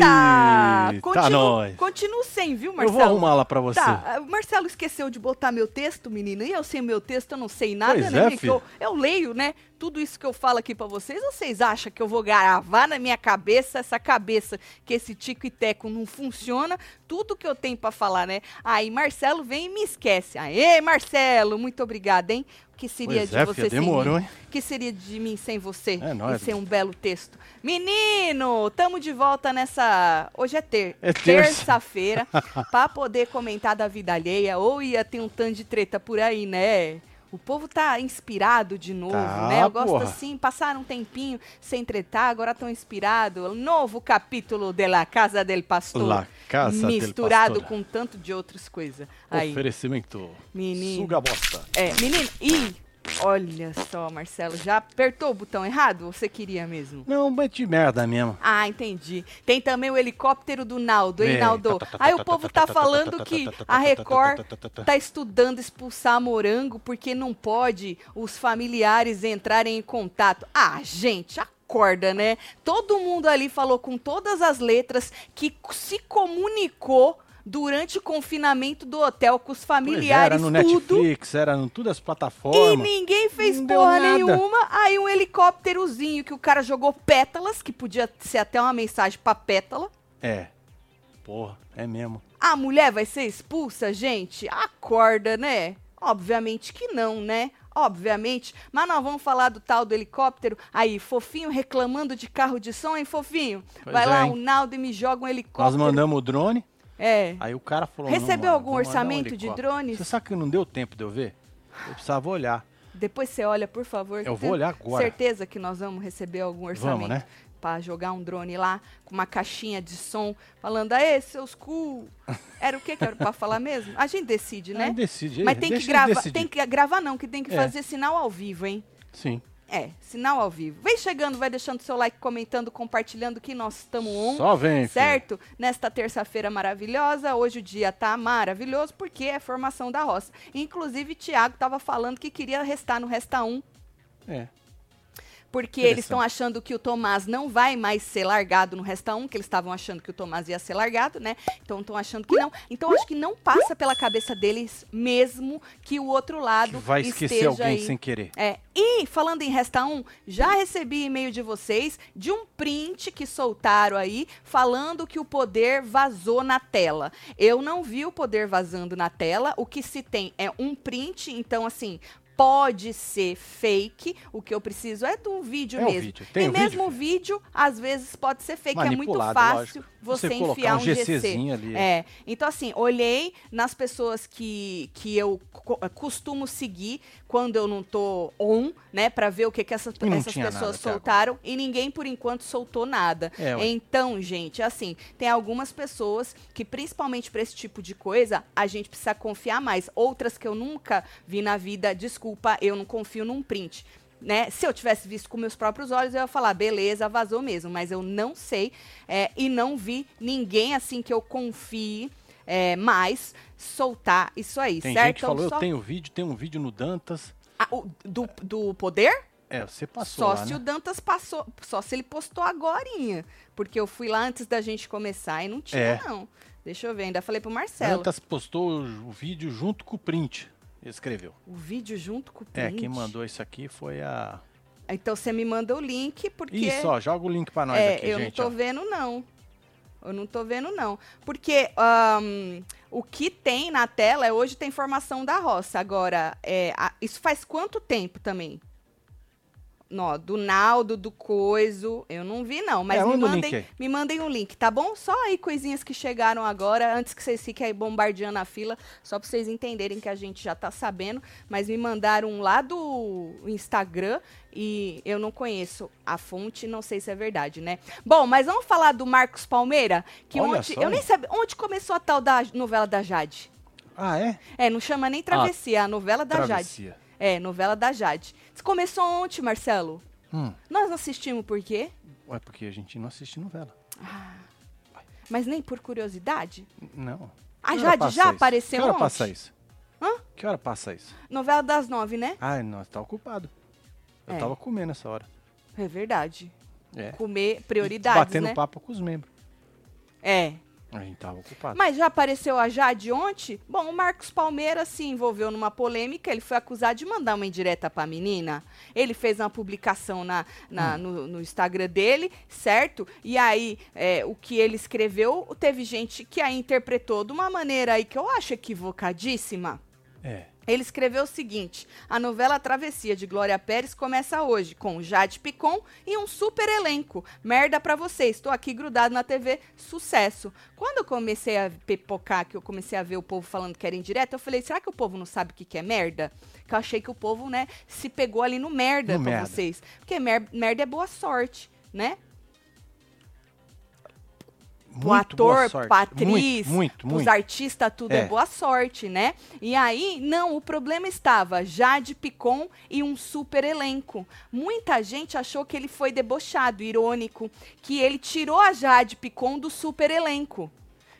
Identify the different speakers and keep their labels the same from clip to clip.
Speaker 1: Tá,
Speaker 2: Tá
Speaker 1: Continuo-
Speaker 2: nóis.
Speaker 1: Continuo sem, viu,
Speaker 2: Eu
Speaker 1: Marcelo?
Speaker 2: vou arrumar lá pra você.
Speaker 1: Tá, ah, o Marcelo esqueceu de botar meu texto, menino, e eu sem meu texto eu não sei nada,
Speaker 2: Pois
Speaker 1: né?
Speaker 2: é,
Speaker 1: Mick?
Speaker 2: filho.
Speaker 1: eu, eu leio, né, tudo isso que eu falo aqui pra vocês, ou vocês acham que eu vou gravar na minha cabeça, essa cabeça, que esse tico e teco não funciona, tudo que eu tenho pra falar, né? Aí Marcelo vem e me esquece. Aê, Marcelo, muito obrigada, hein? O que seria
Speaker 2: Pois
Speaker 1: de
Speaker 2: é,
Speaker 1: você
Speaker 2: filho,
Speaker 1: sem
Speaker 2: demorou,
Speaker 1: mim?
Speaker 2: hein?
Speaker 1: O que seria de mim sem você?
Speaker 2: É nóis,
Speaker 1: e sem um belo texto. Menino, tamo de volta nessa... Hoje é, ter...
Speaker 2: É terça.
Speaker 1: terça-feira pra poder comentar da vida alheia ou ia ter um tanto de treta por aí, né? O povo tá inspirado de novo,
Speaker 2: Tá,
Speaker 1: né? Eu gosto
Speaker 2: porra.
Speaker 1: assim, passaram um tempinho sem tretar, agora estão inspirados. Novo capítulo de La Casa del Pastor.
Speaker 2: La Casa del
Speaker 1: misturado
Speaker 2: Pastor.
Speaker 1: com tanto de outras coisas. Aí,
Speaker 2: Oferecimento.
Speaker 1: menino.
Speaker 2: Suga a bosta.
Speaker 1: É, menino, e olha só, Marcelo, já apertou o botão errado? Ou Você queria mesmo?
Speaker 2: Não, mas de merda mesmo.
Speaker 1: Ah, entendi. Tem também o helicóptero do Naldo, hein,
Speaker 2: É.
Speaker 1: Naldo? Aí o povo tá falando que a Record tá estudando expulsar morango porque não pode os familiares entrarem em contato. Ah, gente, acorda, né? Todo mundo ali falou com todas as letras que se comunicou durante o confinamento do hotel com os
Speaker 2: Pois
Speaker 1: familiares,
Speaker 2: é, era no
Speaker 1: tudo.
Speaker 2: Netflix, era em todas as
Speaker 1: E
Speaker 2: plataformas.
Speaker 1: ninguém fez
Speaker 2: Não deu
Speaker 1: porra
Speaker 2: nada.
Speaker 1: nenhuma. Aí um helicópterozinho que o cara jogou pétalas, que podia ser até uma mensagem pra pétala.
Speaker 2: É. Porra, é mesmo.
Speaker 1: A mulher vai ser expulsa, gente? Acorda, né? Obviamente que não, né? Obviamente. Mas nós vamos falar do tal do helicóptero. Aí, fofinho reclamando de carro de som, hein, fofinho?
Speaker 2: Pois
Speaker 1: vai
Speaker 2: é,
Speaker 1: lá,
Speaker 2: hein?
Speaker 1: o Naldo e me joga um
Speaker 2: Nós
Speaker 1: helicóptero.
Speaker 2: mandamos o drone,
Speaker 1: É.
Speaker 2: aí o cara falou.
Speaker 1: Recebeu
Speaker 2: "Não, mano,
Speaker 1: algum
Speaker 2: vou mandar um
Speaker 1: orçamento de
Speaker 2: helicóptero."
Speaker 1: drones?
Speaker 2: Você sabe que não deu tempo de eu ver? Eu precisava olhar.
Speaker 1: Depois você olha, por favor.
Speaker 2: Eu
Speaker 1: Tem
Speaker 2: vou olhar agora.
Speaker 1: Certeza que nós vamos receber algum orçamento
Speaker 2: né?
Speaker 1: para jogar um drone lá com uma caixinha de som falando, aê, seus cu. Era o que que era pra falar mesmo? A gente decide,
Speaker 2: Aí
Speaker 1: né?
Speaker 2: decide,
Speaker 1: Mas tem que
Speaker 2: deixa eu
Speaker 1: gravar,
Speaker 2: decidir.
Speaker 1: tem que gravar não, que tem que
Speaker 2: É.
Speaker 1: fazer sinal ao vivo, hein?
Speaker 2: Sim.
Speaker 1: É, sinal ao vivo. Vem chegando, vai deixando seu like, comentando, compartilhando que nós estamos on.
Speaker 2: Só vem, filho.
Speaker 1: um Certo? Nesta terça-feira maravilhosa, hoje o dia tá maravilhoso porque é formação da roça. Inclusive, Tiago tava falando que queria restar no Resta 1
Speaker 2: É.
Speaker 1: porque
Speaker 2: Interessante.
Speaker 1: eles estão achando que o Tomás não vai mais ser largado no Resta 1, que eles estavam achando que o Tomás ia ser largado, né? Então estão achando que não. Então acho que não passa pela cabeça deles mesmo que o outro lado
Speaker 2: Que vai esquecer
Speaker 1: esteja
Speaker 2: alguém
Speaker 1: aí.
Speaker 2: sem querer.
Speaker 1: É, e falando em Resta 1, já recebi e-mail de vocês de um print que soltaram aí falando que o poder vazou na tela. Eu não vi o poder vazando na tela, o que se tem é um print, então assim, pode ser fake, o que eu preciso é do vídeo
Speaker 2: É o
Speaker 1: mesmo.
Speaker 2: vídeo, tem
Speaker 1: e
Speaker 2: o
Speaker 1: mesmo o
Speaker 2: vídeo,
Speaker 1: vídeo, às vezes pode ser fake, é muito
Speaker 2: Manipulado,
Speaker 1: fácil você,
Speaker 2: colocar
Speaker 1: enfiar
Speaker 2: um GCzinho ali.
Speaker 1: é. Então, assim, olhei nas pessoas que, que eu co- eh, costumo seguir quando eu não tô on, né? Pra ver o que, que essa-
Speaker 2: E não
Speaker 1: essas
Speaker 2: tinha nada
Speaker 1: pessoas
Speaker 2: até
Speaker 1: soltaram. E ninguém, por enquanto, soltou nada.
Speaker 2: É, ué.
Speaker 1: então, gente, assim, tem algumas pessoas que, principalmente pra esse tipo de coisa, a gente precisa confiar mais. Outras que eu nunca vi na vida, desculpa, eu não confio num print. Né? Se eu tivesse visto com meus próprios olhos, eu ia falar, beleza, vazou mesmo. Mas eu não sei é, e não vi ninguém assim que eu confie é, mais soltar isso aí,
Speaker 2: Tem
Speaker 1: certo? Então,
Speaker 2: gente que falou,
Speaker 1: Só-
Speaker 2: eu tenho vídeo, tem um vídeo no Dantas.
Speaker 1: Ah, o- do, do poder?
Speaker 2: É, você passou
Speaker 1: Só
Speaker 2: lá,
Speaker 1: se
Speaker 2: né?
Speaker 1: o Dantas passou, só se ele postou agorinha, porque eu fui lá antes da gente começar e não tinha
Speaker 2: É.
Speaker 1: não. Deixa eu ver, ainda falei pro Marcelo.
Speaker 2: Dantas postou o o vídeo junto com o print. Ele escreveu.
Speaker 1: O vídeo junto com o print.
Speaker 2: É, quem mandou isso aqui foi a.
Speaker 1: Então você me manda o link porque
Speaker 2: Isso, ó, joga o link pra nós
Speaker 1: É,
Speaker 2: aqui,
Speaker 1: eu
Speaker 2: gente.
Speaker 1: não tô
Speaker 2: ó.
Speaker 1: vendo, não. Eu não tô vendo, não. Porque ahn, o que tem na tela é hoje tem formação da roça. Agora, é, a- isso faz quanto tempo também? Nó, do Naldo, do Coiso, eu não vi, não. Mas
Speaker 2: É,
Speaker 1: me,
Speaker 2: manda o link
Speaker 1: mandem,
Speaker 2: aí.
Speaker 1: me mandem um link, tá bom? Só aí coisinhas que chegaram agora, antes que vocês fiquem aí bombardeando a fila, só pra vocês entenderem que a gente já tá sabendo. Mas me mandaram um lá do Instagram e eu não conheço a fonte, não sei se é verdade, né? Bom, mas vamos falar do Marcos Palmeira, que
Speaker 2: Olha
Speaker 1: ontem,
Speaker 2: só.
Speaker 1: eu nem sabia, onde começou a tal da novela da Jade?
Speaker 2: Ah, é?
Speaker 1: É, não chama nem travessia, é a novela da Jade.
Speaker 2: Travessia.
Speaker 1: É, novela da Jade. Começou ontem, Marcelo.
Speaker 2: Hum,
Speaker 1: Nós não assistimos por quê?
Speaker 2: é porque a gente não assiste novela.
Speaker 1: Mas nem por curiosidade.
Speaker 2: N- Não.
Speaker 1: A
Speaker 2: Que hora
Speaker 1: Jade
Speaker 2: passa
Speaker 1: Ah, já
Speaker 2: isso?
Speaker 1: apareceu
Speaker 2: Que hora
Speaker 1: ontem?
Speaker 2: passa isso?
Speaker 1: Hã?
Speaker 2: Que hora passa isso?
Speaker 1: Novela das nove, né?
Speaker 2: Ai, nós tá ocupado. Eu
Speaker 1: É.
Speaker 2: tava comendo essa hora.
Speaker 1: É verdade.
Speaker 2: É.
Speaker 1: Comer prioridades,
Speaker 2: Batendo
Speaker 1: né?
Speaker 2: papo com os membros.
Speaker 1: É.
Speaker 2: A gente tava ocupado.
Speaker 1: Mas já apareceu a Jade ontem? Bom, o Marcos Palmeira se envolveu numa polêmica, ele foi acusado de mandar uma indireta pra menina. Ele fez uma publicação na,
Speaker 2: Hum.
Speaker 1: na- no, no Instagram dele, certo? E aí, é, o que ele escreveu, teve gente que a interpretou de uma maneira aí que eu acho equivocadíssima.
Speaker 2: É.
Speaker 1: Ele escreveu o seguinte: a novela Travessia de Glória Pérez começa hoje, com Jade Picon e um super elenco. Merda pra vocês, tô aqui grudado na TV, sucesso. Quando eu comecei a pipocar, que eu comecei a ver o povo falando que era indireta, eu falei: será que o povo não sabe o que, que é merda? Que eu achei que o povo, né, se pegou ali no merda
Speaker 2: No
Speaker 1: pra
Speaker 2: merda.
Speaker 1: vocês. Porque mer- merda é boa sorte, né? pro
Speaker 2: Muito boa
Speaker 1: ator,
Speaker 2: sorte.
Speaker 1: pra atriz,
Speaker 2: Muito, muito.
Speaker 1: pros
Speaker 2: muito.
Speaker 1: artistas, tudo é.
Speaker 2: É.
Speaker 1: boa sorte, né? E aí, não, o problema estava Jade Picon e um super elenco. Muita gente achou que ele foi debochado, irônico, que ele tirou a Jade Picon do super elenco.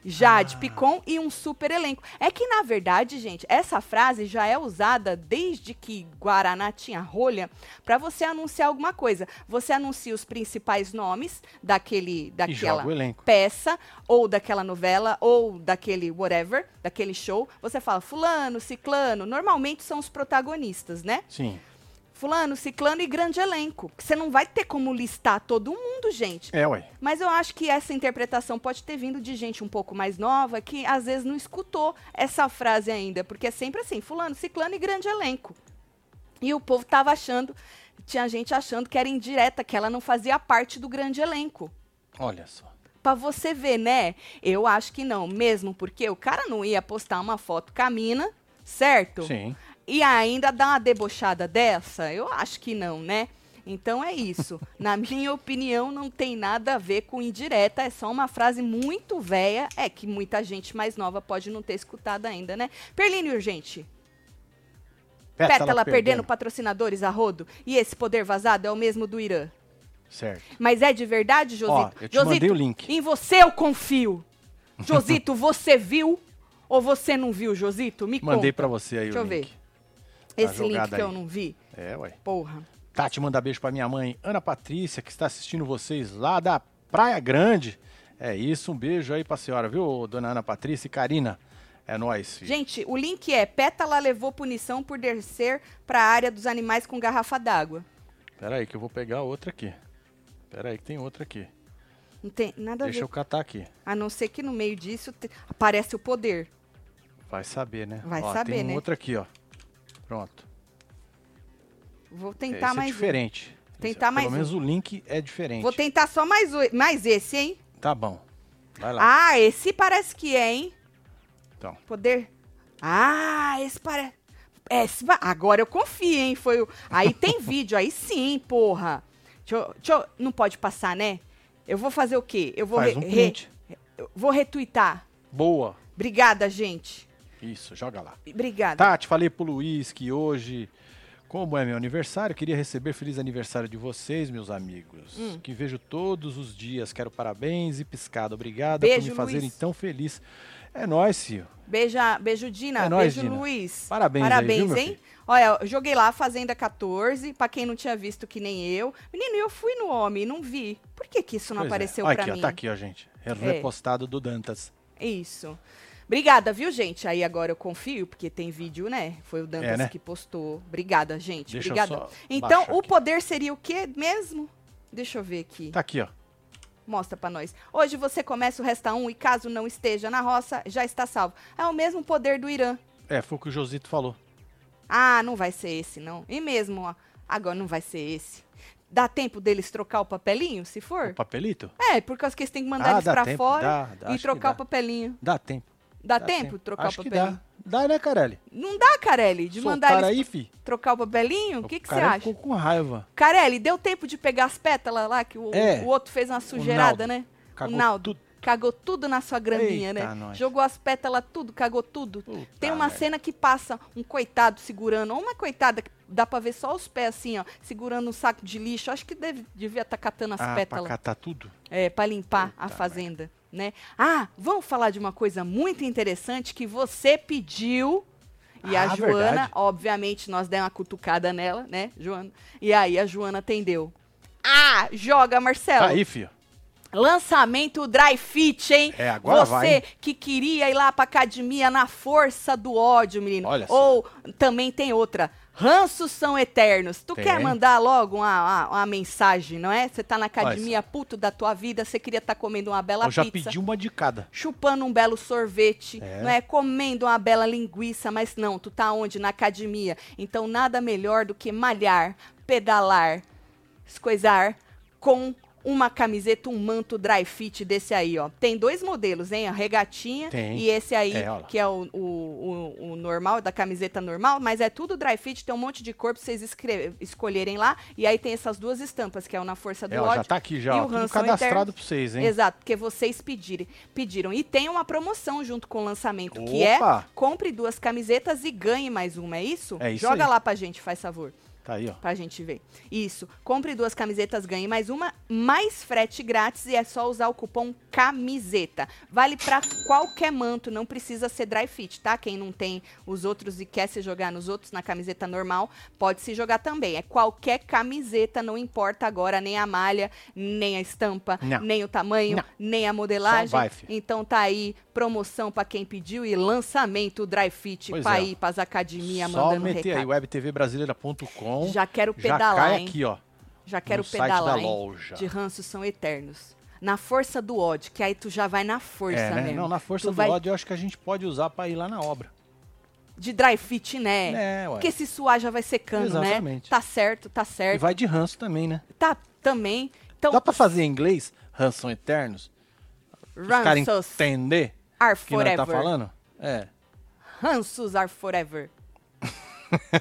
Speaker 1: Jade
Speaker 2: Ah.
Speaker 1: Picon e um super elenco. É que, na verdade, gente, essa frase já é usada desde que Guaraná tinha rolha para você anunciar alguma coisa. Você anuncia os principais nomes daquele,
Speaker 2: E
Speaker 1: daquela
Speaker 2: joga o elenco.
Speaker 1: peça ou daquela novela ou daquele whatever, daquele show, você fala fulano, ciclano, normalmente são os protagonistas, né?
Speaker 2: Sim.
Speaker 1: Fulano, ciclano e grande elenco. que Você não vai ter como listar todo mundo, gente.
Speaker 2: É, ué.
Speaker 1: Mas eu acho que essa interpretação pode ter vindo de gente um pouco mais nova que às vezes não escutou essa frase ainda, porque é sempre assim, fulano, ciclano e grande elenco. E o povo tava achando, tinha gente achando que era indireta, que ela não fazia parte do grande elenco.
Speaker 2: Olha só.
Speaker 1: Pra você ver, né? Eu acho que não, mesmo porque o cara não ia postar uma foto com a mina, certo?
Speaker 2: Sim.
Speaker 1: E ainda dar uma debochada dessa? Eu acho que não, né? Então é isso. Na minha opinião, não tem nada a ver com indireta, é só uma frase muito velha, é que muita gente mais nova pode não ter escutado ainda, né? Perline Urgente. Pétala, perdendo patrocinadores a rodo. E esse poder vazado é o mesmo do Irã.
Speaker 2: Certo.
Speaker 1: Mas é de verdade,
Speaker 2: Ó,
Speaker 1: Josito?
Speaker 2: eu te
Speaker 1: Josito,
Speaker 2: mandei o link.
Speaker 1: em você eu confio. Josito, você viu ou você não viu, Josito? Me
Speaker 2: Mandei
Speaker 1: conta
Speaker 2: pra você aí
Speaker 1: Deixa eu
Speaker 2: o
Speaker 1: ver.
Speaker 2: link. a
Speaker 1: esse link
Speaker 2: jogada
Speaker 1: que eu
Speaker 2: aí.
Speaker 1: não vi.
Speaker 2: É, ué.
Speaker 1: Porra.
Speaker 2: Tati, manda beijo pra minha mãe, Ana Patrícia, que está assistindo vocês lá da Praia Grande. É isso, um beijo aí pra senhora, viu, dona Ana Patrícia e Karina? É nóis, filho.
Speaker 1: Gente, o link é Pétala levou punição por descer pra área dos animais com garrafa d'água.
Speaker 2: Pera aí que eu vou pegar outra aqui. Pera aí que tem outra aqui.
Speaker 1: Não tem nada
Speaker 2: Deixa
Speaker 1: a
Speaker 2: eu
Speaker 1: ver.
Speaker 2: catar aqui.
Speaker 1: A não ser que no meio disso te- aparece o poder.
Speaker 2: Vai saber, né?
Speaker 1: Vai
Speaker 2: Ó,
Speaker 1: saber,
Speaker 2: tem
Speaker 1: né?
Speaker 2: outra aqui, ó. Pronto.
Speaker 1: Vou
Speaker 2: Esse
Speaker 1: tentar
Speaker 2: é
Speaker 1: mais um.
Speaker 2: diferente. Esse-
Speaker 1: Tentar mais um.
Speaker 2: Pelo menos o link é diferente.
Speaker 1: Vou tentar só mais, o- mais esse, hein?
Speaker 2: Tá bom. Vai lá.
Speaker 1: Ah, esse parece que é, hein?
Speaker 2: Então.
Speaker 1: Poder. Ah, esse parece. Esse va- Agora eu confio, hein? Foi o... Aí tem vídeo, aí sim, porra. Deixa eu- deixa eu- Não pode passar, né? Eu vou fazer o quê? Eu vou,
Speaker 2: Faz
Speaker 1: re-
Speaker 2: um
Speaker 1: re-
Speaker 2: print.
Speaker 1: eu vou retweetar.
Speaker 2: Boa.
Speaker 1: Obrigada, gente.
Speaker 2: Isso, joga lá.
Speaker 1: Obrigada.
Speaker 2: Tati, falei pro Luiz que hoje, como é meu aniversário, queria receber feliz aniversário de vocês, meus amigos.
Speaker 1: Hum.
Speaker 2: Que vejo todos os dias. Quero parabéns e piscada. Obrigada
Speaker 1: Beijo,
Speaker 2: por me fazerem
Speaker 1: Luiz.
Speaker 2: tão feliz. É nóis, Cio.
Speaker 1: Beija, beijo, Dina.
Speaker 2: É nóis,
Speaker 1: beijo,
Speaker 2: Dina.
Speaker 1: Luiz.
Speaker 2: Parabéns aí,
Speaker 1: Parabéns,
Speaker 2: viu, meu
Speaker 1: hein?
Speaker 2: filho?
Speaker 1: Olha, eu joguei lá Fazenda 14, pra quem não tinha visto que nem eu. Menino, eu fui no homem, não vi. Por que, que isso não
Speaker 2: Pois é.
Speaker 1: apareceu
Speaker 2: Olha
Speaker 1: pra
Speaker 2: aqui, ó,
Speaker 1: mim?
Speaker 2: tá aqui, ó, gente. É repostado do Dantas.
Speaker 1: Isso. Obrigada, viu, gente? Aí agora eu confio, porque tem vídeo, né? Foi o Dantas
Speaker 2: É, né?
Speaker 1: que postou. Obrigada, gente.
Speaker 2: Deixa eu
Speaker 1: Obrigada.
Speaker 2: só
Speaker 1: Então,
Speaker 2: baixar
Speaker 1: o
Speaker 2: aqui.
Speaker 1: poder seria o quê mesmo? Deixa eu ver aqui.
Speaker 2: Tá aqui, ó.
Speaker 1: Mostra pra nós. Hoje você começa o Resta 1 e caso não esteja na roça, já está salvo. É o mesmo poder do Irã.
Speaker 2: É, foi o que o Josito falou.
Speaker 1: Ah, não vai ser esse, não. E mesmo, ó, agora não vai ser esse. Dá tempo deles trocar o papelinho, se for?
Speaker 2: O papelito?
Speaker 1: É, por causa que eles têm que mandar
Speaker 2: Ah,
Speaker 1: eles
Speaker 2: dá
Speaker 1: pra
Speaker 2: tempo,
Speaker 1: fora
Speaker 2: dá, dá,
Speaker 1: e
Speaker 2: acho que
Speaker 1: trocar o
Speaker 2: dá.
Speaker 1: papelinho.
Speaker 2: Dá tempo.
Speaker 1: Dá, tempo, trocar
Speaker 2: Acho
Speaker 1: o
Speaker 2: que
Speaker 1: papelinho?
Speaker 2: dá. Dá, né, Carelli?
Speaker 1: Não dá, Carelli, de mandar
Speaker 2: Soltaram
Speaker 1: eles
Speaker 2: aí, fi.
Speaker 1: trocar o papelinho? O que que você
Speaker 2: Carelli
Speaker 1: acha?
Speaker 2: ficou com raiva.
Speaker 1: Carelli, deu tempo de pegar as pétalas lá, que o,
Speaker 2: É.
Speaker 1: o outro fez uma sujeirada,
Speaker 2: Naldo.
Speaker 1: né?
Speaker 2: Cagou
Speaker 1: o Naldo.
Speaker 2: tudo.
Speaker 1: Cagou tudo na sua graminha,
Speaker 2: Eita,
Speaker 1: né?
Speaker 2: nós.
Speaker 1: Jogou as pétalas tudo, cagou tudo.
Speaker 2: Puta
Speaker 1: Tem uma
Speaker 2: merda.
Speaker 1: cena que passa um coitado segurando, ou uma coitada que dá pra ver só os pés assim, ó, segurando um saco de lixo. Acho que deve- devia estar catando as
Speaker 2: ah, pra
Speaker 1: pétalas
Speaker 2: catar tudo?
Speaker 1: é, para limpar
Speaker 2: Puta
Speaker 1: a fazenda, né? Ah, vamos falar de uma coisa muito interessante que você pediu. E a
Speaker 2: Ah,
Speaker 1: Joana,
Speaker 2: verdade.
Speaker 1: obviamente, nós demos uma cutucada nela, né, Joana? E aí a Joana atendeu. Ah, joga, Marcelo.
Speaker 2: Tá aí, filho.
Speaker 1: Lançamento Dry Fit, hein?
Speaker 2: É, agora
Speaker 1: Você
Speaker 2: vai, hein?
Speaker 1: que queria ir lá pra academia na força do ódio, menino.
Speaker 2: Olha só.
Speaker 1: Ou também tem outra. Ranços são eternos. Tu
Speaker 2: Tem.
Speaker 1: quer mandar logo uma, uma- uma mensagem, não é? Você tá na academia, puto da tua vida, você queria estar comendo uma bela
Speaker 2: Eu já
Speaker 1: pizza.
Speaker 2: pedi uma de cada.
Speaker 1: Chupando um belo sorvete,
Speaker 2: É.
Speaker 1: não é? Comendo uma bela linguiça, mas não, tu tá onde? Na academia. Então nada melhor do que malhar, pedalar, escoisar com uma camiseta, um manto dry fit desse aí, ó. Tem dois modelos, hein? A regatinha
Speaker 2: Tem.
Speaker 1: e esse aí,
Speaker 2: É, ó lá.
Speaker 1: que é o, o, o, o normal, da camiseta normal, mas é tudo dry fit, tem um monte de cor pra vocês escre- escolherem lá. E aí tem essas duas estampas, que é o Na Força do
Speaker 2: É, ó,
Speaker 1: Ódio
Speaker 2: já tá aqui já,
Speaker 1: e
Speaker 2: ó,
Speaker 1: o
Speaker 2: tudo
Speaker 1: Hanson
Speaker 2: cadastrado
Speaker 1: Eterno.
Speaker 2: pra vocês, hein?
Speaker 1: Exato, porque vocês pedirem, pediram. E tem uma promoção junto com o lançamento, que é
Speaker 2: Opa!
Speaker 1: compre duas camisetas e ganhe mais uma, é isso?
Speaker 2: É isso
Speaker 1: Joga
Speaker 2: aí.
Speaker 1: lá pra gente, faz favor,
Speaker 2: Tá aí, ó.
Speaker 1: pra gente ver. Isso, compre duas camisetas, ganhe mais uma, mais frete grátis e é só usar o cupom CAMISETA. Vale pra qualquer manto, não precisa ser dry fit, tá? Quem não tem os outros e quer se jogar nos outros na camiseta normal, pode se jogar também. É qualquer camiseta, não importa agora nem a malha, nem a estampa,
Speaker 2: Não.
Speaker 1: nem o tamanho,
Speaker 2: Não.
Speaker 1: nem a modelagem.
Speaker 2: Só vai, filho.
Speaker 1: então tá aí promoção pra quem pediu e lançamento Dry Fit
Speaker 2: Pois
Speaker 1: pra
Speaker 2: é.
Speaker 1: ir pras academias
Speaker 2: Só
Speaker 1: mandando um
Speaker 2: meter aí,
Speaker 1: recado.
Speaker 2: webtvbrasileira.com.
Speaker 1: Já quero
Speaker 2: já
Speaker 1: pedalar,
Speaker 2: cai
Speaker 1: hein?
Speaker 2: aqui, ó.
Speaker 1: Já quero
Speaker 2: no site
Speaker 1: pedalar,
Speaker 2: da
Speaker 1: hein?
Speaker 2: loja.
Speaker 1: De ranços são eternos. Na força do ódio, que aí tu já vai na força
Speaker 2: É, né?
Speaker 1: mesmo.
Speaker 2: Não, na força
Speaker 1: Tu
Speaker 2: do
Speaker 1: vai
Speaker 2: ódio eu acho que a gente pode usar pra ir lá na obra.
Speaker 1: De dry fit, né?
Speaker 2: É, ué.
Speaker 1: Porque se suar já vai secando, né?
Speaker 2: Exatamente.
Speaker 1: Tá certo, tá
Speaker 2: E
Speaker 1: certo.
Speaker 2: vai de ranço também, né?
Speaker 1: Tá também. Então,
Speaker 2: Dá pra fazer em inglês? Ranços são eternos? Os caras
Speaker 1: ranços
Speaker 2: entender
Speaker 1: are
Speaker 2: o que nós tá
Speaker 1: forever.
Speaker 2: falando? É.
Speaker 1: Ranços are forever.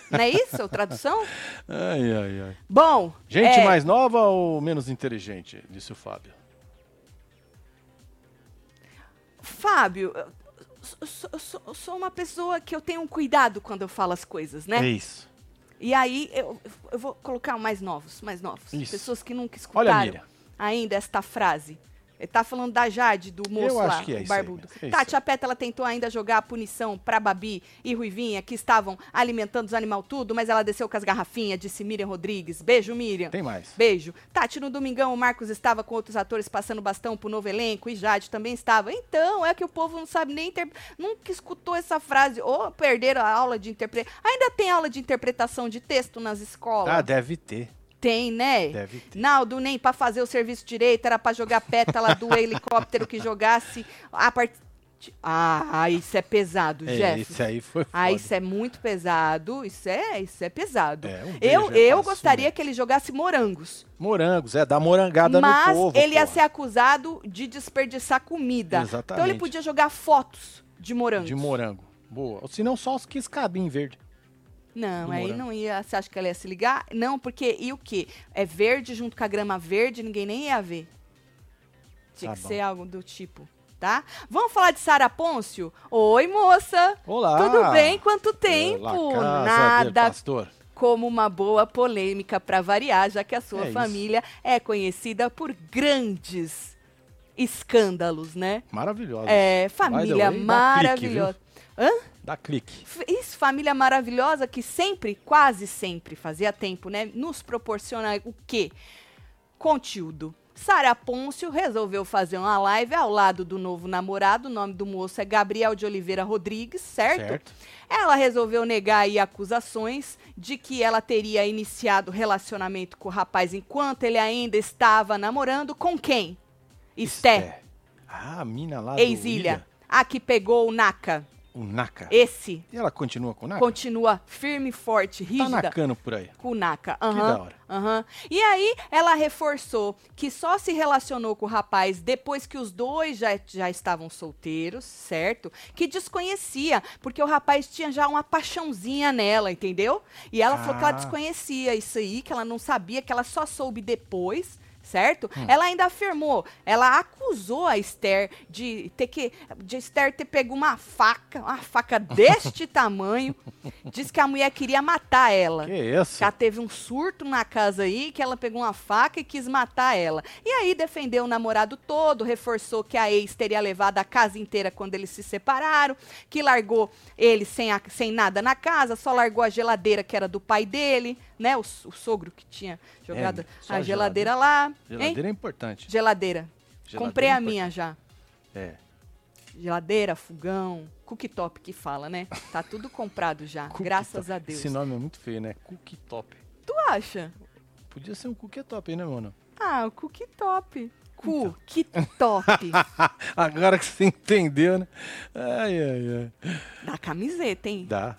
Speaker 1: Não é isso? Tradução?
Speaker 2: Ai, ai, ai.
Speaker 1: Bom.
Speaker 2: Gente
Speaker 1: é,
Speaker 2: mais nova ou menos inteligente? Disse o Fábio.
Speaker 1: Fábio, eu sou- sou, sou- sou uma pessoa que eu tenho um cuidado quando eu falo as coisas, né?
Speaker 2: É isso.
Speaker 1: E aí eu, eu vou colocar mais novos, mais novos.
Speaker 2: Isso.
Speaker 1: Pessoas que nunca
Speaker 2: Olha a
Speaker 1: escutaram
Speaker 2: Miriam.
Speaker 1: ainda esta frase. Ele tá falando da Jade, do moço
Speaker 2: Eu
Speaker 1: lá,
Speaker 2: acho que é
Speaker 1: o
Speaker 2: isso aí,
Speaker 1: barbudo.
Speaker 2: Miriam, é
Speaker 1: Tati,
Speaker 2: isso aí.
Speaker 1: a Peta, ela tentou ainda jogar a punição pra Babi e Ruivinha, que estavam alimentando os animal tudo, mas ela desceu com as garrafinhas, disse Miriam Rodrigues. Beijo, Miriam.
Speaker 2: Tem mais.
Speaker 1: Beijo. Tati, no domingão, o Marcos estava com outros atores passando bastão pro novo elenco e Jade também estava. Então, é que o povo não sabe nem inter... nunca escutou essa frase. Ou perderam a aula de interpretação. Ainda tem aula de interpretação de texto nas escolas?
Speaker 2: Ah, deve ter.
Speaker 1: Tem, né?
Speaker 2: Deve ter.
Speaker 1: Naldo, nem pra fazer o serviço direito, era pra jogar pétala do helicóptero que jogasse a parte. Ah, isso é pesado,
Speaker 2: É,
Speaker 1: Jeff.
Speaker 2: isso aí foi foda.
Speaker 1: Ah, isso é muito pesado. Isso é, isso é pesado.
Speaker 2: É, um beijo
Speaker 1: eu
Speaker 2: é
Speaker 1: eu
Speaker 2: fácil,
Speaker 1: gostaria
Speaker 2: né?
Speaker 1: que ele jogasse morangos.
Speaker 2: Morangos, é, dá morangada
Speaker 1: mas
Speaker 2: no povo.
Speaker 1: ele ia
Speaker 2: porra.
Speaker 1: ser acusado de desperdiçar comida. Então ele
Speaker 2: Exatamente.
Speaker 1: podia jogar fotos de morangos.
Speaker 2: De morango. Boa. Ou se não, só os que escabem verde.
Speaker 1: Não,
Speaker 2: do
Speaker 1: aí
Speaker 2: morango.
Speaker 1: não ia. Você acha que ela ia se ligar? Não, porque. E o quê? É verde junto com a grama verde, ninguém nem ia ver. Tinha
Speaker 2: Tá
Speaker 1: que
Speaker 2: bom.
Speaker 1: ser algo do tipo, tá? Vamos falar de Sara Pôncio? Oi, moça!
Speaker 2: Olá!
Speaker 1: Tudo bem? Quanto
Speaker 2: Ah, Pela
Speaker 1: tempo?
Speaker 2: casa de
Speaker 1: Nada
Speaker 2: pastor.
Speaker 1: como uma boa polêmica para variar, já que a sua
Speaker 2: É isso.
Speaker 1: família é conhecida por grandes escândalos, né?
Speaker 2: Maravilhosa.
Speaker 1: É,
Speaker 2: By the
Speaker 1: família
Speaker 2: way, dá
Speaker 1: maravilhosa. Hã?
Speaker 2: Dá clique.
Speaker 1: F- Isso, família maravilhosa que sempre, quase sempre, fazia tempo, né? Nos proporciona o quê? Conteúdo. Sara Pôncio resolveu fazer uma live ao lado do novo namorado. O nome do moço é Gabriel de Oliveira Rodrigues, certo?
Speaker 2: Certo.
Speaker 1: Ela resolveu negar aí acusações de que ela teria iniciado relacionamento com o rapaz enquanto ele ainda estava namorando com quem? Esté,
Speaker 2: Esté. Ah, a mina lá do
Speaker 1: ex-ilha, a que pegou o Naka.
Speaker 2: O Naka. E...
Speaker 1: Esse
Speaker 2: ela continua com o Naka?
Speaker 1: continua firme, forte,
Speaker 2: Tá
Speaker 1: rígida.
Speaker 2: nacando por aí.
Speaker 1: com o Naka. Aham.
Speaker 2: Que da hora.
Speaker 1: Aham. E aí, ela reforçou que só se relacionou com o rapaz depois que os dois já, já estavam solteiros, certo? Que desconhecia, porque o rapaz tinha já uma paixãozinha nela, entendeu? E ela falou que ela
Speaker 2: Ah.
Speaker 1: desconhecia isso aí, que ela não sabia, que ela só soube depois. Certo?
Speaker 2: Hum.
Speaker 1: Ela ainda afirmou, ela acusou a Esther de ter que. De Esther ter pego uma faca, uma faca deste tamanho. Diz que a mulher queria matar ela.
Speaker 2: Que isso?
Speaker 1: Que ela teve um surto na casa aí, que ela pegou uma faca e quis matar ela. E aí defendeu o namorado todo, reforçou que a ex teria levado a casa inteira quando eles se separaram, que largou ele sem, a- sem nada na casa, só largou a geladeira que era do pai dele, né? O, so- o sogro que tinha jogado
Speaker 2: É, só
Speaker 1: a
Speaker 2: a
Speaker 1: geladeira lá. Hein?
Speaker 2: Geladeira é importante.
Speaker 1: Geladeira.
Speaker 2: Geladeira
Speaker 1: Comprei a
Speaker 2: importante.
Speaker 1: minha já.
Speaker 2: É.
Speaker 1: Geladeira, fogão, cooktop que fala, né? Tá tudo comprado já,
Speaker 2: Cookie
Speaker 1: graças
Speaker 2: Top.
Speaker 1: a Deus.
Speaker 2: Esse nome é muito feio, né? Cookie Top.
Speaker 1: Tu acha?
Speaker 2: Podia ser um Cookie Top, hein, né, mano?
Speaker 1: Ah, o cooktop. Cooktop.
Speaker 2: Agora que você entendeu, né? Ai, ai, ai.
Speaker 1: da camiseta, hein?
Speaker 2: Dá.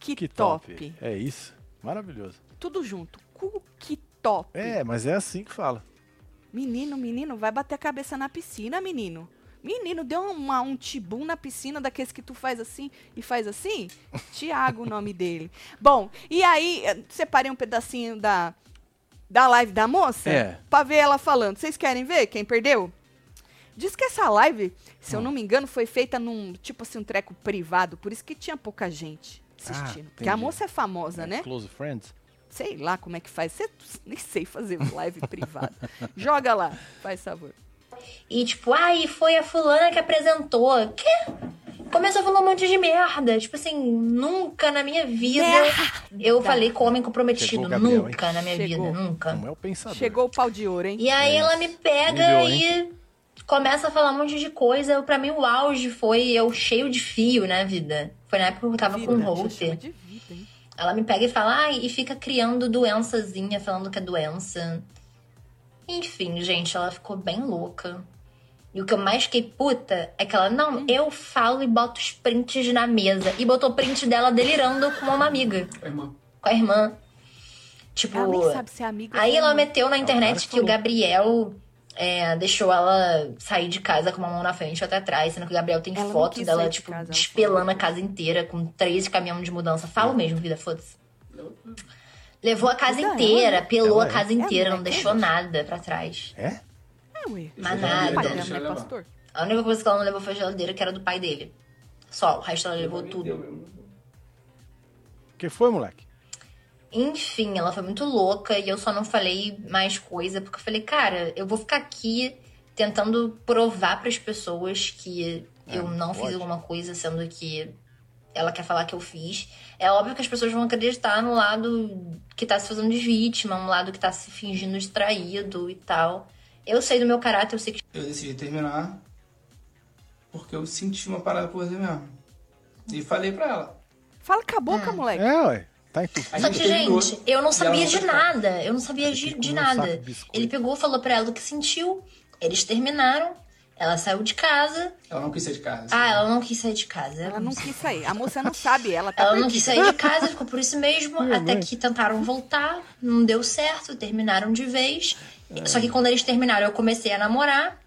Speaker 1: Cooktop.
Speaker 2: É isso. Maravilhoso.
Speaker 1: Tudo junto. Cooktop.
Speaker 2: É, mas é assim que fala.
Speaker 1: Menino, menino, vai bater a cabeça na piscina, menino. Menino, deu uma- um tibum na piscina daqueles que tu faz assim e faz assim? Tiago, o nome dele. Bom, e aí, eh, separei um pedacinho da, da live da moça
Speaker 2: É.
Speaker 1: pra ver ela falando. Vocês querem ver quem perdeu? Diz que essa live, se eu não me engano, foi feita num, tipo assim, um treco privado, por isso que tinha pouca gente assistindo. porque a
Speaker 2: Ah, entendi.
Speaker 1: moça é famosa,
Speaker 2: É,
Speaker 1: né?
Speaker 2: Close Friends.
Speaker 1: sei lá como é que faz. Cê- nem sei fazer live privada. Joga lá, faz favor.
Speaker 3: E tipo, ai, foi a fulana que apresentou. Quê? Começou a falar um monte de merda. Tipo assim, nunca na minha vida eu falei com homem
Speaker 2: Chegou
Speaker 3: comprometido.
Speaker 2: o Gabriel,
Speaker 3: nunca na minha
Speaker 1: Chegou.
Speaker 3: vida, nunca.
Speaker 2: Não é o pensador.
Speaker 1: Ah. Chegou o pau de ouro, hein?
Speaker 3: E aí ela me pega
Speaker 2: Humilhou,
Speaker 3: e começa a falar um monte de coisa. Eu, Pra mim, o auge foi eu cheio de fio na vida. Foi na época que eu tava com um
Speaker 1: Vida, te chama
Speaker 3: router.
Speaker 1: de vida, hein?
Speaker 3: Ela me pega e fala, ai, e fica criando doençazinha, falando que é doença. Enfim, gente, ela ficou bem louca. E o que eu mais fiquei puta é que ela, não, eu falo e boto os prints na mesa. E botou print dela delirando com uma amiga. Com a irmã. Tipo.
Speaker 1: Ela nem sabe se é amiga. ou
Speaker 3: Aí
Speaker 1: se é
Speaker 3: ela
Speaker 1: irmã.
Speaker 3: meteu na
Speaker 2: cara que
Speaker 3: internet que
Speaker 2: falou.
Speaker 3: o Gabriel é, deixou ela sair de casa com uma mão na frente e outra atrás, sendo que o Gabriel tem
Speaker 1: Ela não
Speaker 3: foto
Speaker 1: quis
Speaker 3: dela,
Speaker 1: sair de
Speaker 3: tipo,
Speaker 1: casa, ela
Speaker 3: despelando a casa inteira com três caminhões de mudança. Falo mesmo, vida, foda-se. Levou a casa
Speaker 1: Então,
Speaker 3: inteira, pelou
Speaker 2: Ela
Speaker 3: a
Speaker 2: é.
Speaker 3: casa
Speaker 1: É,
Speaker 3: inteira, não
Speaker 1: moleque,
Speaker 3: deixou
Speaker 1: é.
Speaker 3: nada pra trás.
Speaker 2: É?
Speaker 1: É, ué.
Speaker 3: Mas
Speaker 1: O pai
Speaker 3: nada.
Speaker 1: dela não é
Speaker 4: Deixa eu
Speaker 1: pastor?
Speaker 3: A única coisa que ela não levou foi a geladeira, que era do pai dele. Só, o resto ela levou tudo.
Speaker 2: O que foi, moleque?
Speaker 3: Enfim, ela foi muito louca e eu só não falei mais coisa, porque eu falei, cara, eu vou ficar aqui tentando provar pras pessoas que
Speaker 2: É,
Speaker 3: eu não
Speaker 2: pode.
Speaker 3: fiz alguma coisa, sendo que ela quer falar que eu fiz. É óbvio que as pessoas vão acreditar no lado que tá se fazendo de vítima, no lado que tá se fingindo de traído e tal. Eu sei do meu caráter, eu sei que
Speaker 4: Eu decidi terminar porque eu senti uma parada por você mesmo. E falei pra ela.
Speaker 1: Fala com a
Speaker 3: Ah.
Speaker 1: boca, moleque.
Speaker 2: É, ué. Tá entupido.
Speaker 4: A
Speaker 3: Só que,
Speaker 4: gente terminou,
Speaker 3: gente, eu
Speaker 4: e
Speaker 3: não sabia
Speaker 4: ela não
Speaker 3: de
Speaker 4: gostou.
Speaker 3: nada. Eu não sabia
Speaker 2: Tem
Speaker 3: de,
Speaker 2: que
Speaker 3: de
Speaker 2: comer um saco
Speaker 3: nada.
Speaker 2: de biscoito.
Speaker 3: Ele pegou, falou pra ela o que sentiu. Eles terminaram. Ela saiu de casa.
Speaker 4: Ela não quis sair de casa.
Speaker 3: Ah, ela não quis sair de casa.
Speaker 1: Ela não quis sair. A moça não sabe, ela tá
Speaker 3: Ela não
Speaker 1: perdida.
Speaker 3: quis sair de casa, ficou por isso mesmo.
Speaker 2: Minha
Speaker 3: até
Speaker 2: mãe.
Speaker 3: que tentaram voltar, não deu certo, terminaram de vez. Só que quando eles terminaram, eu comecei a namorar.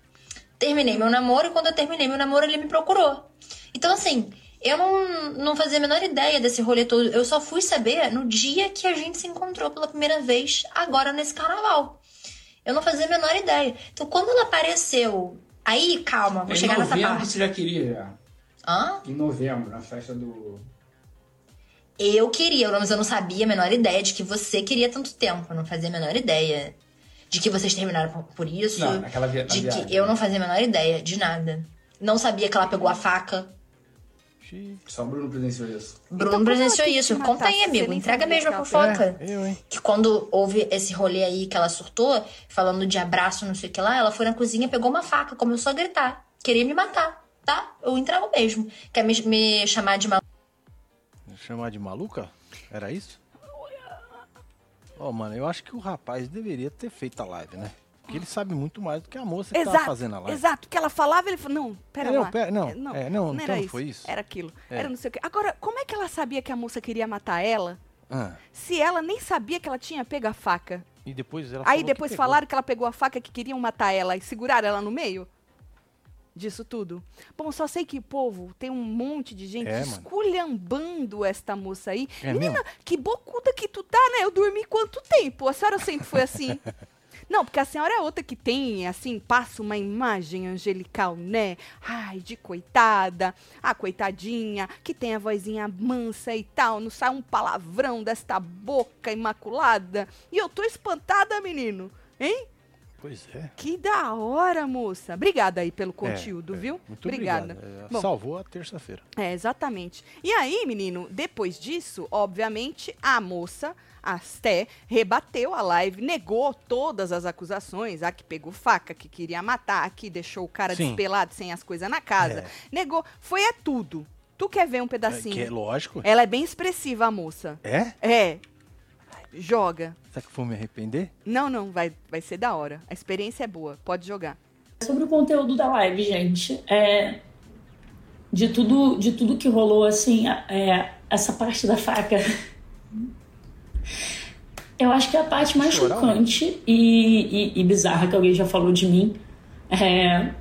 Speaker 3: Terminei meu namoro e quando eu terminei meu namoro, ele me procurou. Então, assim, eu não, não fazia a menor ideia desse rolê todo. Eu só fui saber no dia que a gente se encontrou pela primeira vez, agora nesse carnaval. Eu não fazia a menor ideia. Então, quando ela apareceu. Aí, calma, vou
Speaker 4: em
Speaker 3: chegar nessa
Speaker 4: novembro
Speaker 3: parte.
Speaker 4: você já queria, já.
Speaker 3: Hã?
Speaker 4: Em novembro, na festa do.
Speaker 3: Eu queria, mas eu não sabia a menor ideia de que você queria tanto tempo. Eu não fazia a menor ideia de que vocês terminaram por- por isso.
Speaker 4: Não, naquela via- na
Speaker 3: de
Speaker 4: viagem. né?
Speaker 3: que eu não fazia a menor ideia de nada. Não sabia que ela pegou a faca.
Speaker 2: Xiii.
Speaker 4: Só o Bruno presenciou isso.
Speaker 3: Bruno
Speaker 1: então, como ela
Speaker 3: presenciou
Speaker 1: quis te
Speaker 3: isso.
Speaker 1: matar
Speaker 3: Conta
Speaker 1: se
Speaker 3: aí,
Speaker 1: você
Speaker 3: amigo.
Speaker 1: nem
Speaker 3: Entrega
Speaker 1: sabia
Speaker 3: mesmo
Speaker 1: que
Speaker 3: a
Speaker 1: ela-
Speaker 3: fofoca.
Speaker 2: É, eu, hein?
Speaker 3: Que quando houve esse rolê aí que ela surtou, falando de abraço, não sei o que lá, ela foi na cozinha, pegou uma faca, começou a gritar. Queria me matar, tá? Eu entrava mesmo. Quer me, me chamar de maluco?
Speaker 2: Chamar de maluca? Era isso? Ó, mano, eu acho que o rapaz deveria ter feito a live, né? Porque ele sabe muito mais do que a moça que tava
Speaker 1: Exato,
Speaker 2: fazendo a live.
Speaker 1: exato. O que ela falava, ele falou, não, pera
Speaker 2: É, não,
Speaker 1: lá.
Speaker 2: pera- não,
Speaker 1: É,
Speaker 2: é, não, então
Speaker 1: era
Speaker 2: não
Speaker 1: isso.
Speaker 2: foi isso.
Speaker 1: Era aquilo,
Speaker 2: É.
Speaker 1: era não sei o quê. Agora, como é que ela sabia que a moça queria matar ela,
Speaker 2: Ah,
Speaker 1: se ela nem sabia que ela tinha pego a faca?
Speaker 2: e depois ela
Speaker 1: Aí
Speaker 2: falou que
Speaker 1: depois
Speaker 2: pegou.
Speaker 1: falaram que ela pegou a faca que queriam matar ela e seguraram ela no meio? Disso tudo. Bom, só sei que o povo tem um monte de gente
Speaker 2: É, mano.
Speaker 1: esculhambando esta moça aí.
Speaker 2: É
Speaker 1: Menina, que bocuda que tu tá, né? Eu dormi quanto tempo? A senhora sempre foi assim. Não, porque a senhora é outra que tem, assim, passa uma imagem angelical, né? Ai, de coitada, a coitadinha, que tem a vozinha mansa e tal, não sai um palavrão desta boca imaculada. E eu tô espantada, menino, hein?
Speaker 2: Pois é.
Speaker 1: Que da hora, moça. Obrigada aí pelo conteúdo,
Speaker 2: É, é.
Speaker 1: viu?
Speaker 2: Muito obrigada. É,
Speaker 1: Bom.
Speaker 2: Salvou a terça-feira.
Speaker 1: É, exatamente. E aí, menino, depois disso, obviamente, a moça, a Sté, rebateu a live, negou todas as acusações, a que pegou faca, que queria matar, a que deixou o cara
Speaker 2: Sim.
Speaker 1: despelado sem as coisas na casa.
Speaker 2: É.
Speaker 1: Negou. Foi é tudo. Tu quer ver um
Speaker 2: É, que é
Speaker 1: pedacinho?
Speaker 2: lógico.
Speaker 1: Ela é bem expressiva, a moça.
Speaker 2: É?
Speaker 1: É. Joga.
Speaker 2: Será que eu vou me arrepender?
Speaker 1: Não, não, vai, vai ser da hora. A experiência é boa, pode jogar.
Speaker 5: Sobre o conteúdo da live, gente, é, de tudo, de tudo que rolou, assim, é, essa parte da faca, eu acho que é a parte mais
Speaker 2: Chorar, né?
Speaker 5: chocante e, e- e bizarra que alguém já falou de mim. É,